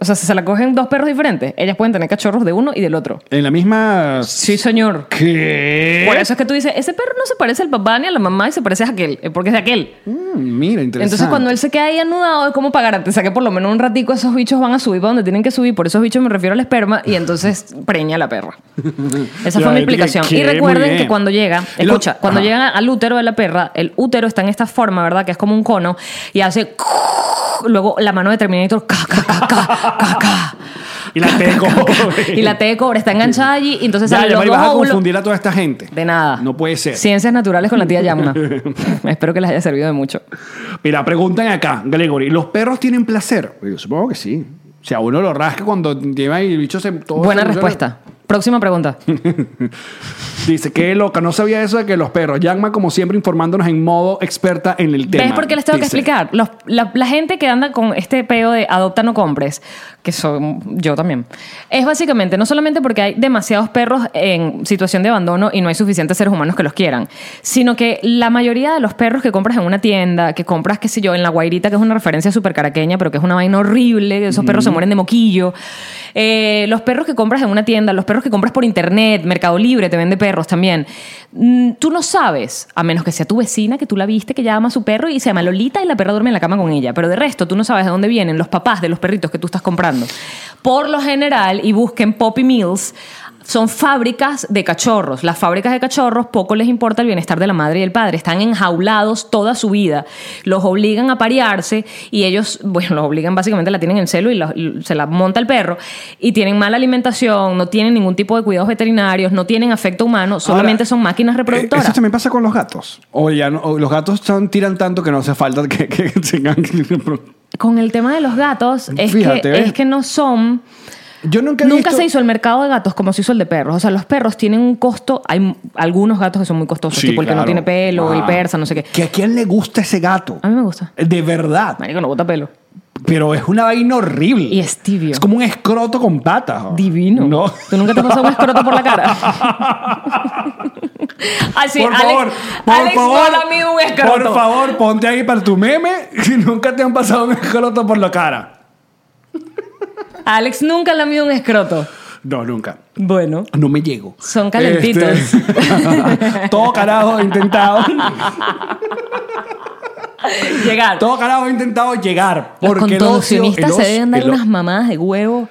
Speaker 2: O sea, si se la cogen dos perros diferentes, ellas pueden tener cachorros de uno y del otro.
Speaker 1: En la misma...
Speaker 2: Sí, señor.
Speaker 1: ¿Qué?
Speaker 2: Por eso es que tú dices, ese perro no se parece al papá ni a la mamá y se parece a aquel, eh, porque es de aquel.
Speaker 1: Mm, mira, interesante.
Speaker 2: Entonces cuando él se queda ahí anudado es como para O sea que por lo menos un ratico esos bichos van a subir para donde tienen que subir, por esos bichos me refiero al esperma y entonces preña a la perra. Esa
Speaker 1: Ya,
Speaker 2: fue mi
Speaker 1: dije,
Speaker 2: explicación.
Speaker 1: ¿qué?
Speaker 2: Y
Speaker 1: Muy
Speaker 2: recuerden
Speaker 1: bien.
Speaker 2: que cuando llega,
Speaker 1: Y lo-
Speaker 2: escucha, cuando
Speaker 1: Ajá.
Speaker 2: llega al útero de la perra, el útero está en esta forma, ¿verdad? Que es como un cono y hace luego la mano de Terminator ca ca ca ca ca, ca.
Speaker 5: Y la T de cobre.
Speaker 2: y la T de cobre está enganchada allí y entonces
Speaker 1: Ya,
Speaker 2: salen
Speaker 1: ya,
Speaker 2: los
Speaker 1: Mari,
Speaker 2: dos
Speaker 1: vas a
Speaker 2: óvulos.
Speaker 1: confundir a toda esta gente.
Speaker 2: De nada.
Speaker 1: No puede ser.
Speaker 2: Ciencias naturales con la tía Yamna. Espero que les haya servido de mucho.
Speaker 1: Mira, preguntan acá, Gregory, ¿los perros tienen placer? Yo supongo que sí. O sea, uno lo rasca cuando lleva y el bicho se... todo
Speaker 2: Buena
Speaker 1: se-
Speaker 2: respuesta. Próxima pregunta.
Speaker 1: Dice, qué loca, no sabía eso de que los perros. Yanma, como siempre, informándonos en modo experta en el tema.
Speaker 2: ¿Ves por qué les tengo que
Speaker 1: Dice,
Speaker 2: explicar? Los- la, la gente que anda con este peo de adopta no compres, que son yo también, es básicamente no solamente porque hay demasiados perros en situación de abandono y no hay suficientes seres humanos que los quieran, sino que la mayoría de los perros que compras en una tienda, que compras, qué sé yo, en La Guairita, que es una referencia súper caraqueña, pero que es una vaina horrible, esos perros se mueren de moquillo, eh, los perros que compras en una tienda, los perros que compras por internet, Mercado Libre te vende perros también. Mm, Tú no sabes, a menos que sea tu vecina que tú la viste que ya ama a su perro y se llama Lolita y la perra duerme en la cama con ella. Pero de resto, tú no sabes de dónde vienen los papás de los perritos que tú estás comprando. Por lo general, y busquen Poppy Mills, son fábricas de cachorros. Las fábricas de cachorros poco les importa el bienestar de la madre y el padre. Están enjaulados toda su vida. Los obligan a parearse y ellos, bueno, los obligan básicamente, la tienen en celo y, la- y se la monta el perro. Y tienen mala alimentación, no tienen ningún tipo de cuidados veterinarios, no tienen afecto humano, solamente son máquinas
Speaker 1: "Eh, Eso
Speaker 2: reproductoras.
Speaker 1: también pasa con los gatos. O ya no- o los gatos son- tiran tanto que no hace falta que, que tengan...
Speaker 2: Con el tema de los gatos, es,
Speaker 1: Fíjate,
Speaker 2: que,
Speaker 1: ¿ves?
Speaker 2: es que no son...
Speaker 1: Yo nunca he
Speaker 2: Nunca
Speaker 1: visto-
Speaker 2: se hizo el mercado de gatos como se hizo el de perros. O sea, los perros tienen un costo. Hay m- algunos gatos que son muy costosos,
Speaker 1: Sí,
Speaker 2: tipo el que
Speaker 1: claro.
Speaker 2: no tiene pelo, el
Speaker 1: Ah.
Speaker 2: persa, no sé qué.
Speaker 1: ¿Que ¿A quién le gusta ese gato?
Speaker 2: A mí me gusta.
Speaker 1: De verdad.
Speaker 2: Marico, no bota pelo.
Speaker 1: Pero es una vaina horrible.
Speaker 2: Y es tibio.
Speaker 1: Es como un escroto con patas. ¿no?
Speaker 2: Divino.
Speaker 1: Oh, No.
Speaker 2: ¿Tú nunca te has pasado un escroto por la cara? Así,
Speaker 1: por
Speaker 2: Alex,
Speaker 1: favor, por
Speaker 2: Alex
Speaker 1: favor,
Speaker 2: Bola, amigo, un escroto.
Speaker 1: por favor, ponte ahí para tu meme si nunca te han pasado un escroto por la cara.
Speaker 2: Alex nunca ha lamido un escroto.
Speaker 1: No, nunca.
Speaker 2: Bueno.
Speaker 1: No me llego.
Speaker 2: Son calentitos.
Speaker 1: Este, todo carajo he intentado.
Speaker 2: Llegar.
Speaker 1: Todo carajo he intentado llegar.
Speaker 2: Los
Speaker 1: Porque el ocio- el
Speaker 2: contorsionistas se
Speaker 1: ocio-
Speaker 2: deben dar
Speaker 1: el o-
Speaker 2: unas mamadas de huevo.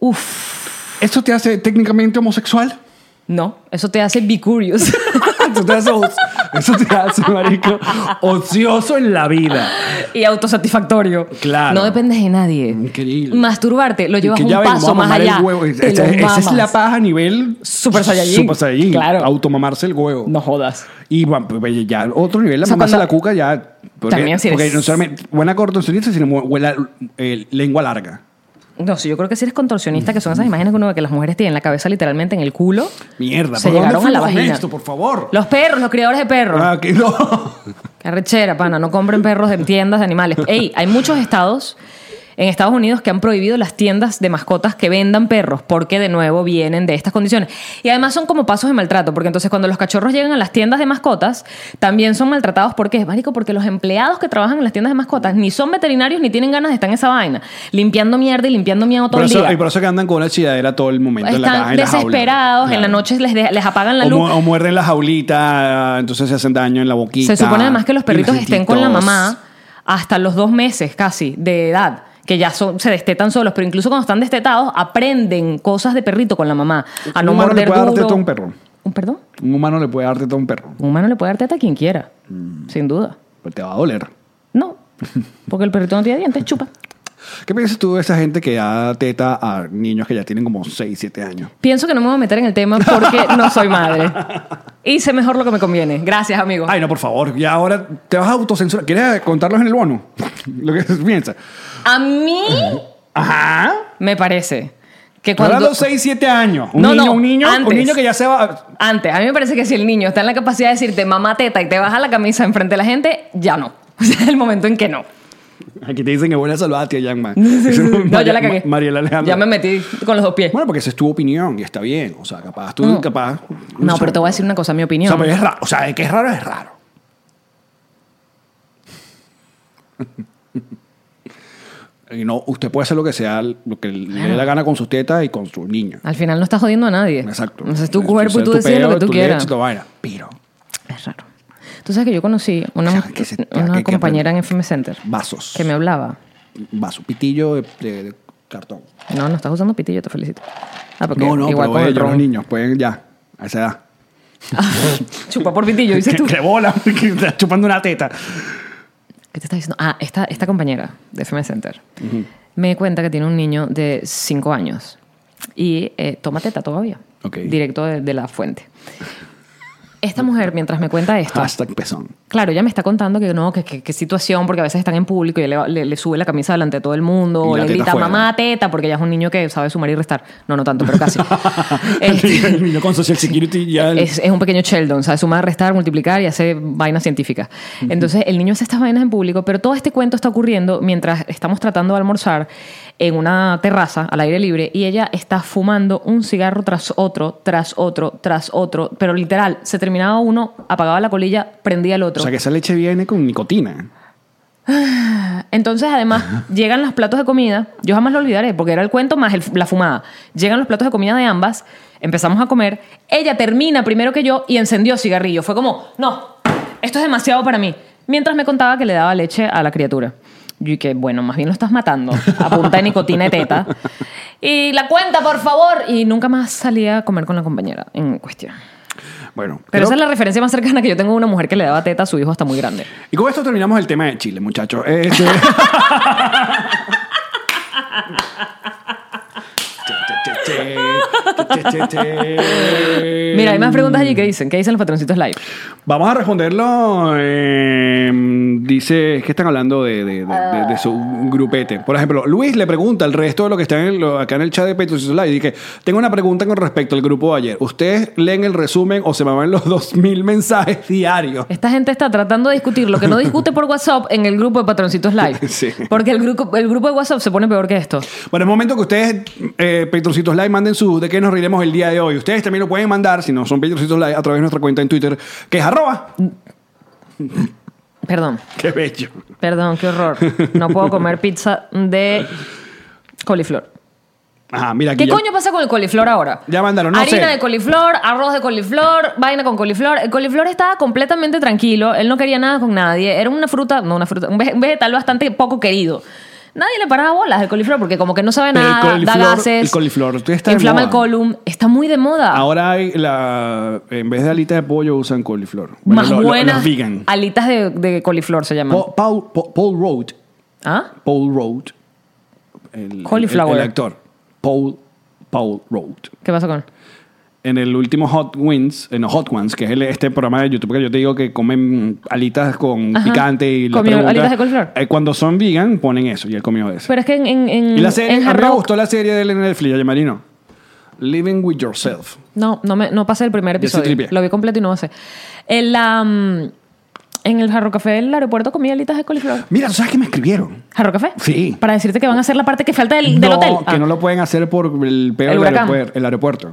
Speaker 2: Uf.
Speaker 1: ¿Esto te hace técnicamente homosexual?
Speaker 2: No, eso te hace be curious.
Speaker 1: Eso te hace, os- eso te hace, marico, ocioso en la vida.
Speaker 2: y autosatisfactorio.
Speaker 1: Claro.
Speaker 2: No dependes de nadie.
Speaker 1: Increíble.
Speaker 2: Masturbarte, lo llevas
Speaker 1: Que
Speaker 2: un
Speaker 1: ya ven,
Speaker 2: paso
Speaker 1: vamos a
Speaker 2: más
Speaker 1: mamar el
Speaker 2: allá.
Speaker 1: huevo.
Speaker 2: Te
Speaker 1: Esa,
Speaker 2: lo
Speaker 1: esa es
Speaker 2: mamas.
Speaker 1: la paja a nivel
Speaker 2: Super Saiyajin.
Speaker 1: Super Saiyajin.
Speaker 2: Claro.
Speaker 1: Automamarse el huevo.
Speaker 2: No jodas.
Speaker 1: Y bueno, pues, ya otro nivel, la
Speaker 2: O sea,
Speaker 1: mamarse
Speaker 2: cuando-
Speaker 1: la cuca ya. Porque,
Speaker 2: También si eres-
Speaker 1: porque no solamente buena cortocionista, sino mu- buena eh, lengua larga.
Speaker 2: No, sí, yo creo que si eres contorsionista, que son esas imágenes que uno ve que las mujeres tienen la cabeza literalmente en el culo.
Speaker 1: Mierda,
Speaker 2: Se
Speaker 1: ¿por dónde
Speaker 2: llegaron a la
Speaker 1: fuimos con
Speaker 2: vagina.
Speaker 1: esto, por favor?
Speaker 2: Los perros, los criadores de perros.
Speaker 1: Ah, que no.
Speaker 2: Qué arrechera, pana. No compren perros en tiendas de animales. Ey, hay muchos estados en Estados Unidos que han prohibido las tiendas de mascotas que vendan perros porque de nuevo vienen de estas condiciones. Y además son como pasos de maltrato, porque entonces cuando los cachorros llegan a las tiendas de mascotas, también son maltratados. ¿Por qué? Marico, porque los empleados que trabajan en las tiendas de mascotas ni son veterinarios ni tienen ganas de estar en esa vaina, limpiando mierda y limpiando miedo todo
Speaker 1: Por
Speaker 2: el
Speaker 1: eso,
Speaker 2: día.
Speaker 1: y por eso que andan con una chidadera todo el momento en la caja,
Speaker 2: Están
Speaker 1: en la jaula.
Speaker 2: desesperados, en la
Speaker 1: Claro.
Speaker 2: noche les, de- les apagan la
Speaker 1: o,
Speaker 2: luz.
Speaker 1: mu- o muerden la jaulita, entonces se hacen daño en la boquita.
Speaker 2: Se supone además que los perritos estén con la
Speaker 1: Piecitos.
Speaker 2: mamá hasta los dos meses casi de edad, que ya son, se destetan solos, pero incluso cuando están destetados aprenden cosas de perrito con la mamá, a no
Speaker 1: Un humano le
Speaker 2: morder
Speaker 1: puede dar
Speaker 2: duro.
Speaker 1: teta a un perro.
Speaker 2: ¿Un perdón?
Speaker 1: Un humano le puede dar teta a un perro,
Speaker 2: Un humano le puede dar teta a quien quiera,
Speaker 1: Mm.
Speaker 2: sin duda.
Speaker 1: pero te va a doler.
Speaker 2: No, porque el perrito no tiene dientes, chupa.
Speaker 1: ¿Qué piensas tú de esa gente que da teta a niños que ya tienen como 6, 7 años?
Speaker 2: Pienso que no me voy a meter en el tema porque no soy madre. Hice mejor lo que me conviene. Gracias, amigo.
Speaker 1: Ay, no, por favor, ya ahora te vas a autocensurar. ¿Quieres contarlos en el bono? Lo que piensas.
Speaker 2: A mí
Speaker 1: Ajá.
Speaker 2: me parece que
Speaker 1: Ahora a
Speaker 2: cuando...
Speaker 1: los 6, 7 años. Un
Speaker 2: No,
Speaker 1: niño,
Speaker 2: no,
Speaker 1: un niño, un
Speaker 2: antes.
Speaker 1: niño que ya se va.
Speaker 2: Antes, a mí me parece que si el niño está en la capacidad de decirte mamá teta y te baja la camisa enfrente de la gente, ya no. O sea, es el momento en que no.
Speaker 1: Aquí te dicen que buena salvada, tía Young Man.
Speaker 2: No, ya la cagué.
Speaker 1: Mariela Alejandra.
Speaker 2: Ya me metí con los dos pies.
Speaker 1: Bueno, porque esa es tu opinión y está bien. O sea, capaz tú,
Speaker 2: No.
Speaker 1: capaz.
Speaker 2: No,
Speaker 1: o sea,
Speaker 2: pero te voy a decir una cosa, mi
Speaker 1: O
Speaker 2: opinión.
Speaker 1: sea, pues, pero es raro. O sea, de que es raro, es raro. Y no, usted puede hacer lo que sea, lo que le dé la gana con sus tetas y con su niño.
Speaker 2: Al final no estás jodiendo a nadie.
Speaker 1: Exacto.
Speaker 2: Ese es tu cuerpo y tú
Speaker 1: tu
Speaker 2: decides lo
Speaker 1: peo,
Speaker 2: que tú
Speaker 1: tu
Speaker 2: quieras.
Speaker 1: leche, tu vaina. Pero,
Speaker 2: Es raro. Tú sabes que yo conocí una,
Speaker 1: O sea, que se-
Speaker 2: una
Speaker 1: que- que-
Speaker 2: compañera en FM Center
Speaker 1: vasos.
Speaker 2: que me hablaba.
Speaker 1: Vaso, pitillo de, de- de cartón.
Speaker 2: No, no estás usando pitillo, te felicito. Ah, porque
Speaker 1: no, no,
Speaker 2: igual
Speaker 1: pero
Speaker 2: con el
Speaker 1: ellos, los
Speaker 2: ron.
Speaker 1: niños pueden ya, a esa edad.
Speaker 2: Chupa por pitillo, dices
Speaker 1: Que,
Speaker 2: tú.
Speaker 1: que bola, que está chupando una teta.
Speaker 2: ¿Qué te está diciendo? Ah, esta, esta compañera de FM Center me di cuenta que tiene un niño de 5 años y eh, toma teta todavía.
Speaker 1: Ok.
Speaker 2: Directo de, de la fuente. Esta mujer, mientras me cuenta esto,
Speaker 1: Hashtag pezón.
Speaker 2: claro, ella me está contando que no, que, que- que situación, porque a veces están en público y ella le, le- le sube la camisa delante de todo el mundo,
Speaker 1: Y
Speaker 2: o
Speaker 1: la
Speaker 2: le
Speaker 1: teta
Speaker 2: grita
Speaker 1: fuera.
Speaker 2: mamá teta, porque ella es un niño que sabe sumar y restar. No, no tanto, pero casi. Este-
Speaker 1: El niño con social security ya. el-
Speaker 2: es, es un pequeño Sheldon, sabe sumar, restar, multiplicar y hace vainas científicas. Entonces, el niño hace estas vainas en público, pero todo este cuento está ocurriendo mientras estamos tratando de almorzar en una terraza al aire libre y ella está fumando un cigarro tras otro, tras otro, tras otro, pero literal, se terminaba uno, apagaba la colilla, prendía el
Speaker 1: O
Speaker 2: otro.
Speaker 1: sea, que esa leche viene con nicotina.
Speaker 2: Entonces, además, llegan los platos de comida. Yo jamás lo olvidaré, porque era el cuento más el- la fumada. Llegan los platos de comida de ambas, empezamos a comer. Ella termina primero que yo y encendió cigarrillo. Fue como, no, esto es demasiado para mí. Mientras me contaba que le daba leche a la criatura. Yo dije, bueno, más bien lo estás matando. A punta de nicotina y teta. Y la cuenta, por favor. Y nunca más salía a comer con la compañera en cuestión.
Speaker 1: Bueno.
Speaker 2: Pero
Speaker 1: creo-
Speaker 2: esa es la referencia más cercana que yo tengo de una mujer que le daba teta a su hijo hasta muy grande.
Speaker 1: Y con esto terminamos el tema de Chile, muchachos. Este-
Speaker 2: Mira, hay más preguntas allí que dicen. ¿Qué dicen los patroncitos live?
Speaker 1: Vamos a responderlo. eh, dice, es que están hablando de, de- de- de- de su grupete. Por ejemplo, Luis le pregunta al resto de lo que están en lo- acá en el chat de Petro Live. Dice, tengo una pregunta con respecto al grupo de ayer. ¿Ustedes leen el resumen o se maman los 2.000 mensajes diarios?
Speaker 2: Esta gente está tratando de discutir lo que no discute por WhatsApp en el grupo de Patroncitos Live.
Speaker 1: Sí.
Speaker 2: Porque el grupo, el grupo de WhatsApp se pone peor que esto.
Speaker 1: Bueno, es momento que ustedes, eh, Petrocitos Live, manden su de qué nos riremos el día de hoy. Ustedes también lo pueden mandar, si no son Petrocitos Live, a través de nuestra cuenta en Twitter, que es arroba.
Speaker 2: Mm. Perdón,
Speaker 1: ¡Qué bello!
Speaker 2: perdón, qué horror. No puedo comer pizza de coliflor.
Speaker 1: Ajá, mira aquí.
Speaker 2: ¿Qué
Speaker 1: ya-
Speaker 2: coño pasa con el coliflor ahora?
Speaker 1: Ya mandaron, no
Speaker 2: Harina
Speaker 1: sé.
Speaker 2: de coliflor, arroz de coliflor, vaina con coliflor. El coliflor estaba completamente tranquilo, él no quería nada con nadie. Era una fruta, no una fruta, un vege- un vegetal bastante poco querido. Nadie le paraba bolas al coliflor porque como que no sabe
Speaker 1: Pero el
Speaker 2: nada, da
Speaker 1: coliflor-
Speaker 2: gases.
Speaker 1: el coliflor está de
Speaker 2: inflama el
Speaker 1: moda.
Speaker 2: colum, está muy de moda.
Speaker 1: Ahora hay la, en vez de alita de pollo usan coliflor. Bueno,
Speaker 2: más
Speaker 1: lo- lo-
Speaker 2: buenas
Speaker 1: los vegan.
Speaker 2: alitas de, de coliflor se llaman.
Speaker 1: Pa- Paul, Pa- Paul Road.
Speaker 2: ¿Ah?
Speaker 1: Paul Road. El,
Speaker 2: Cauliflower.
Speaker 1: El, el actor. Paul, Paul Road.
Speaker 2: ¿Qué pasa con?
Speaker 1: en el último Hot Wins, en Hot Ones, que es el- este programa de YouTube que yo te digo que comen alitas con
Speaker 2: Ajá.
Speaker 1: picante y la
Speaker 2: Comió
Speaker 1: pregunta-
Speaker 2: alitas de coliflor.
Speaker 1: eh, cuando son vegan ponen eso y él comió eso.
Speaker 2: Pero es que en, en, en-
Speaker 1: y la serie,
Speaker 2: en
Speaker 1: a
Speaker 2: Hard
Speaker 1: mí me
Speaker 2: Rock-
Speaker 1: gustó la serie de Netflix, ya Marino. Living with yourself.
Speaker 2: No, no, me, no pasé el primer
Speaker 1: Yo sí
Speaker 2: episodio.
Speaker 1: tripié.
Speaker 2: Lo vi completo y no pasé. En, la, mm, en el Jarro Café del aeropuerto comí alitas de coliflor.
Speaker 1: Mira, ¿tú ¿sabes qué me escribieron?
Speaker 2: ¿Jarro Café?
Speaker 1: Sí.
Speaker 2: Para decirte que van a hacer la parte que falta del, del
Speaker 1: No,
Speaker 2: hotel.
Speaker 1: que
Speaker 2: Ah.
Speaker 1: no lo pueden hacer por el peor del
Speaker 2: El huracán.
Speaker 1: aeropuer- el aeropuerto.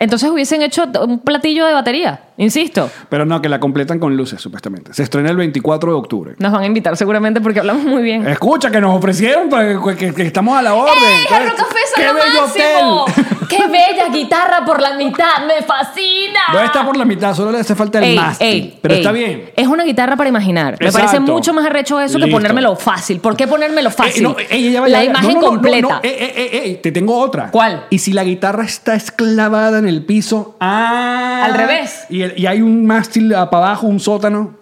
Speaker 2: Entonces hubiesen hecho t- un platillo de batería, insisto.
Speaker 1: Pero no, que la completan con luces, supuestamente. Se estrena el 24 de octubre.
Speaker 2: Nos van a invitar seguramente porque hablamos muy bien.
Speaker 1: Escucha, que nos ofrecieron, pues, que, que- que estamos a la orden.
Speaker 2: ¡Ey, Jarro
Speaker 1: Entonces,
Speaker 2: ¡Eh, Café
Speaker 1: ¡Qué
Speaker 2: son lo
Speaker 1: bello
Speaker 2: máximo!
Speaker 1: hotel!
Speaker 2: ¡Qué bella guitarra por la mitad! ¡Me fascina!
Speaker 1: No está por la mitad, solo le hace falta el
Speaker 2: Ey,
Speaker 1: mástil.
Speaker 2: ey,
Speaker 1: pero
Speaker 2: ey.
Speaker 1: está bien.
Speaker 2: Es una guitarra para imaginar. Me
Speaker 1: Exacto.
Speaker 2: parece mucho más arrecho eso que
Speaker 1: Listo.
Speaker 2: ponérmelo fácil. ¿Por qué ponérmelo fácil?
Speaker 1: Eh, no, ey, ella va a
Speaker 2: la
Speaker 1: llegar-
Speaker 2: imagen
Speaker 1: no, eh. no, no,
Speaker 2: completa.
Speaker 1: no, no, ey, ey, ey, ey, te tengo otra.
Speaker 2: ¿Cuál?
Speaker 1: Y si la guitarra está esclavada en el piso. ¡ah!
Speaker 2: Al revés.
Speaker 1: Y, el- y hay un mástil para abajo, un sótano.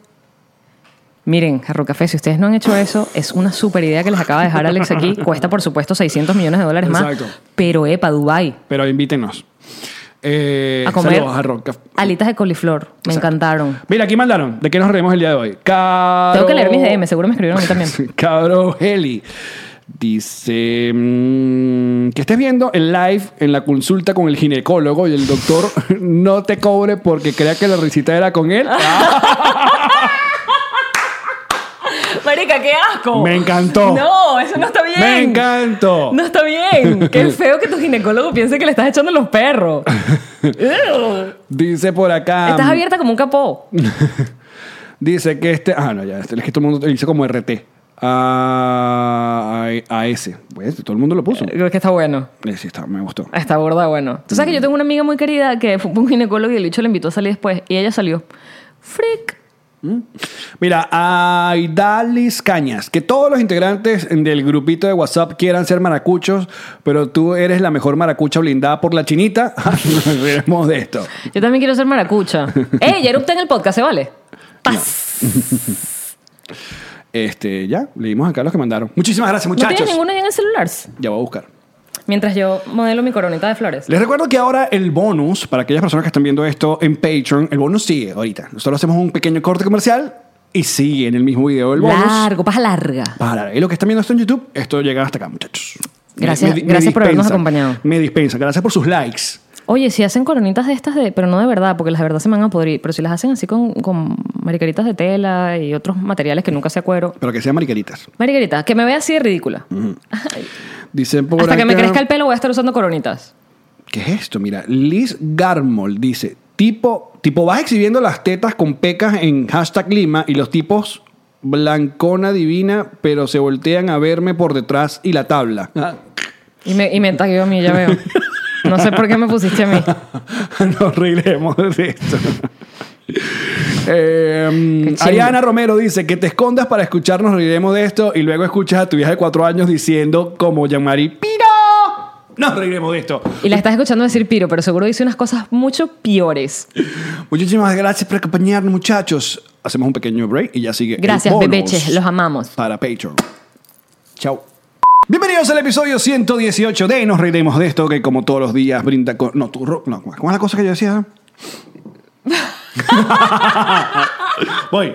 Speaker 2: Miren, Jarro Café, si ustedes no han hecho eso, es una super idea que les acaba de dejar Alex aquí. Cuesta, por supuesto, 600 millones de dólares
Speaker 1: Exacto.
Speaker 2: más. Pero, epa, Dubai.
Speaker 1: Pero invítenos. Eh,
Speaker 2: A comer
Speaker 1: saludos a Rock Caf-
Speaker 2: alitas de coliflor. Me
Speaker 1: Exacto.
Speaker 2: encantaron.
Speaker 1: Mira, aquí mandaron. ¿De qué nos reímos el día de hoy? Caro...
Speaker 2: Tengo que leer mis DM, seguro me escribieron a mí también.
Speaker 1: Cabro Heli. Dice mm, que estés viendo el live en la consulta con el ginecólogo y el doctor no te cobre porque crea que la risita era con él.
Speaker 2: Ah,
Speaker 1: Ah,
Speaker 2: Marica, qué asco.
Speaker 1: Me encantó.
Speaker 2: No, eso no está bien.
Speaker 1: Me encantó.
Speaker 2: No está bien. Qué feo que tu ginecólogo piense que le estás echando los perros. Ew.
Speaker 1: Dice por acá. mm,
Speaker 2: Estás abierta como un capó.
Speaker 1: Dice que este. Ah, no, ya. este- Es que todo el mundo te dice como RT. Ah, a, a ese. Pues todo el mundo lo puso.
Speaker 2: Creo que está bueno.
Speaker 1: Eh, sí, está, me gustó.
Speaker 2: Está gorda, bueno. Tú sabes que yo tengo una amiga muy querida que fue un ginecólogo y el bicho le invitó a salir después. Y ella salió. Freak.
Speaker 1: Mira, Aidalis Cañas, que todos los integrantes del grupito de WhatsApp quieran ser maracuchos, pero tú eres la mejor maracucha blindada por la chinita. Nos veremos de esto.
Speaker 2: Yo también quiero ser maracucha. ¡Ey! Ya erupté en el podcast, ¿se vale? ¡Paz!
Speaker 1: Este, ya, leímos acá los que mandaron. Muchísimas gracias,
Speaker 4: ¿No
Speaker 1: muchachos.
Speaker 4: tienes ninguno ya en el celular?
Speaker 1: Ya voy a buscar.
Speaker 4: Mientras yo modelo mi coronita de flores.
Speaker 1: Les recuerdo que ahora el bonus, para aquellas personas que están viendo esto en Patreon, el bonus sigue ahorita. Nosotros hacemos un pequeño corte comercial y sigue en el mismo video el bonus.
Speaker 2: Largo, paja larga.
Speaker 1: Para, y lo que están viendo esto en YouTube, esto llega hasta acá, muchachos.
Speaker 2: Gracias- gracias por habernos acompañado.
Speaker 1: Me dispensa, gracias por sus likes.
Speaker 4: Oye, si hacen coronitas de estas, de, pero no de verdad, porque las de verdad se me van a podrir. Pero si las hacen así con, con maricaritas de tela y otros materiales que nunca sea cuero.
Speaker 1: Pero que sean maricaritas.
Speaker 4: Maricaritas, que me vea así de ridícula.
Speaker 1: Mm. Dicen por
Speaker 4: Hasta que me
Speaker 1: acá-
Speaker 4: crezca el pelo voy a estar usando coronitas.
Speaker 1: ¿Qué es esto? Mira, Liz Garmol dice, tipo, tipo vas exhibiendo las tetas con pecas en hashtag Lima y los tipos blancona divina, pero se voltean a verme por detrás y la tabla.
Speaker 4: Y me, y me tagueó a mí, ya veo. No sé por qué me pusiste a mí.
Speaker 1: Nos reiremos de esto. Eh,
Speaker 4: Qué chimbo.
Speaker 1: Ariana Romero dice que te escondas para escucharnos, reiremos de esto y luego escuchas a tu hija de cuatro años diciendo como Yamari ¡Piro! Nos reiremos de esto.
Speaker 4: Y la estás escuchando decir piro, pero seguro dice unas cosas mucho peores.
Speaker 1: Muchísimas gracias por acompañarnos, muchachos. Hacemos un pequeño break y ya sigue. el
Speaker 4: Gracias,
Speaker 1: bonus
Speaker 4: bebeches. Los amamos.
Speaker 1: Para Patreon. Chao. Bienvenidos al episodio 118 de Nos Reiremos de esto, que como todos los días brinda con. No, turro. No, ¿cómo es la cosa que yo decía? Voy.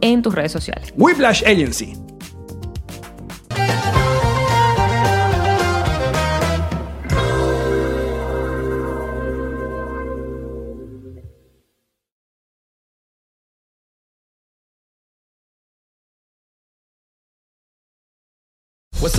Speaker 2: en tus redes sociales.
Speaker 1: Whiplash Agency.
Speaker 5: What's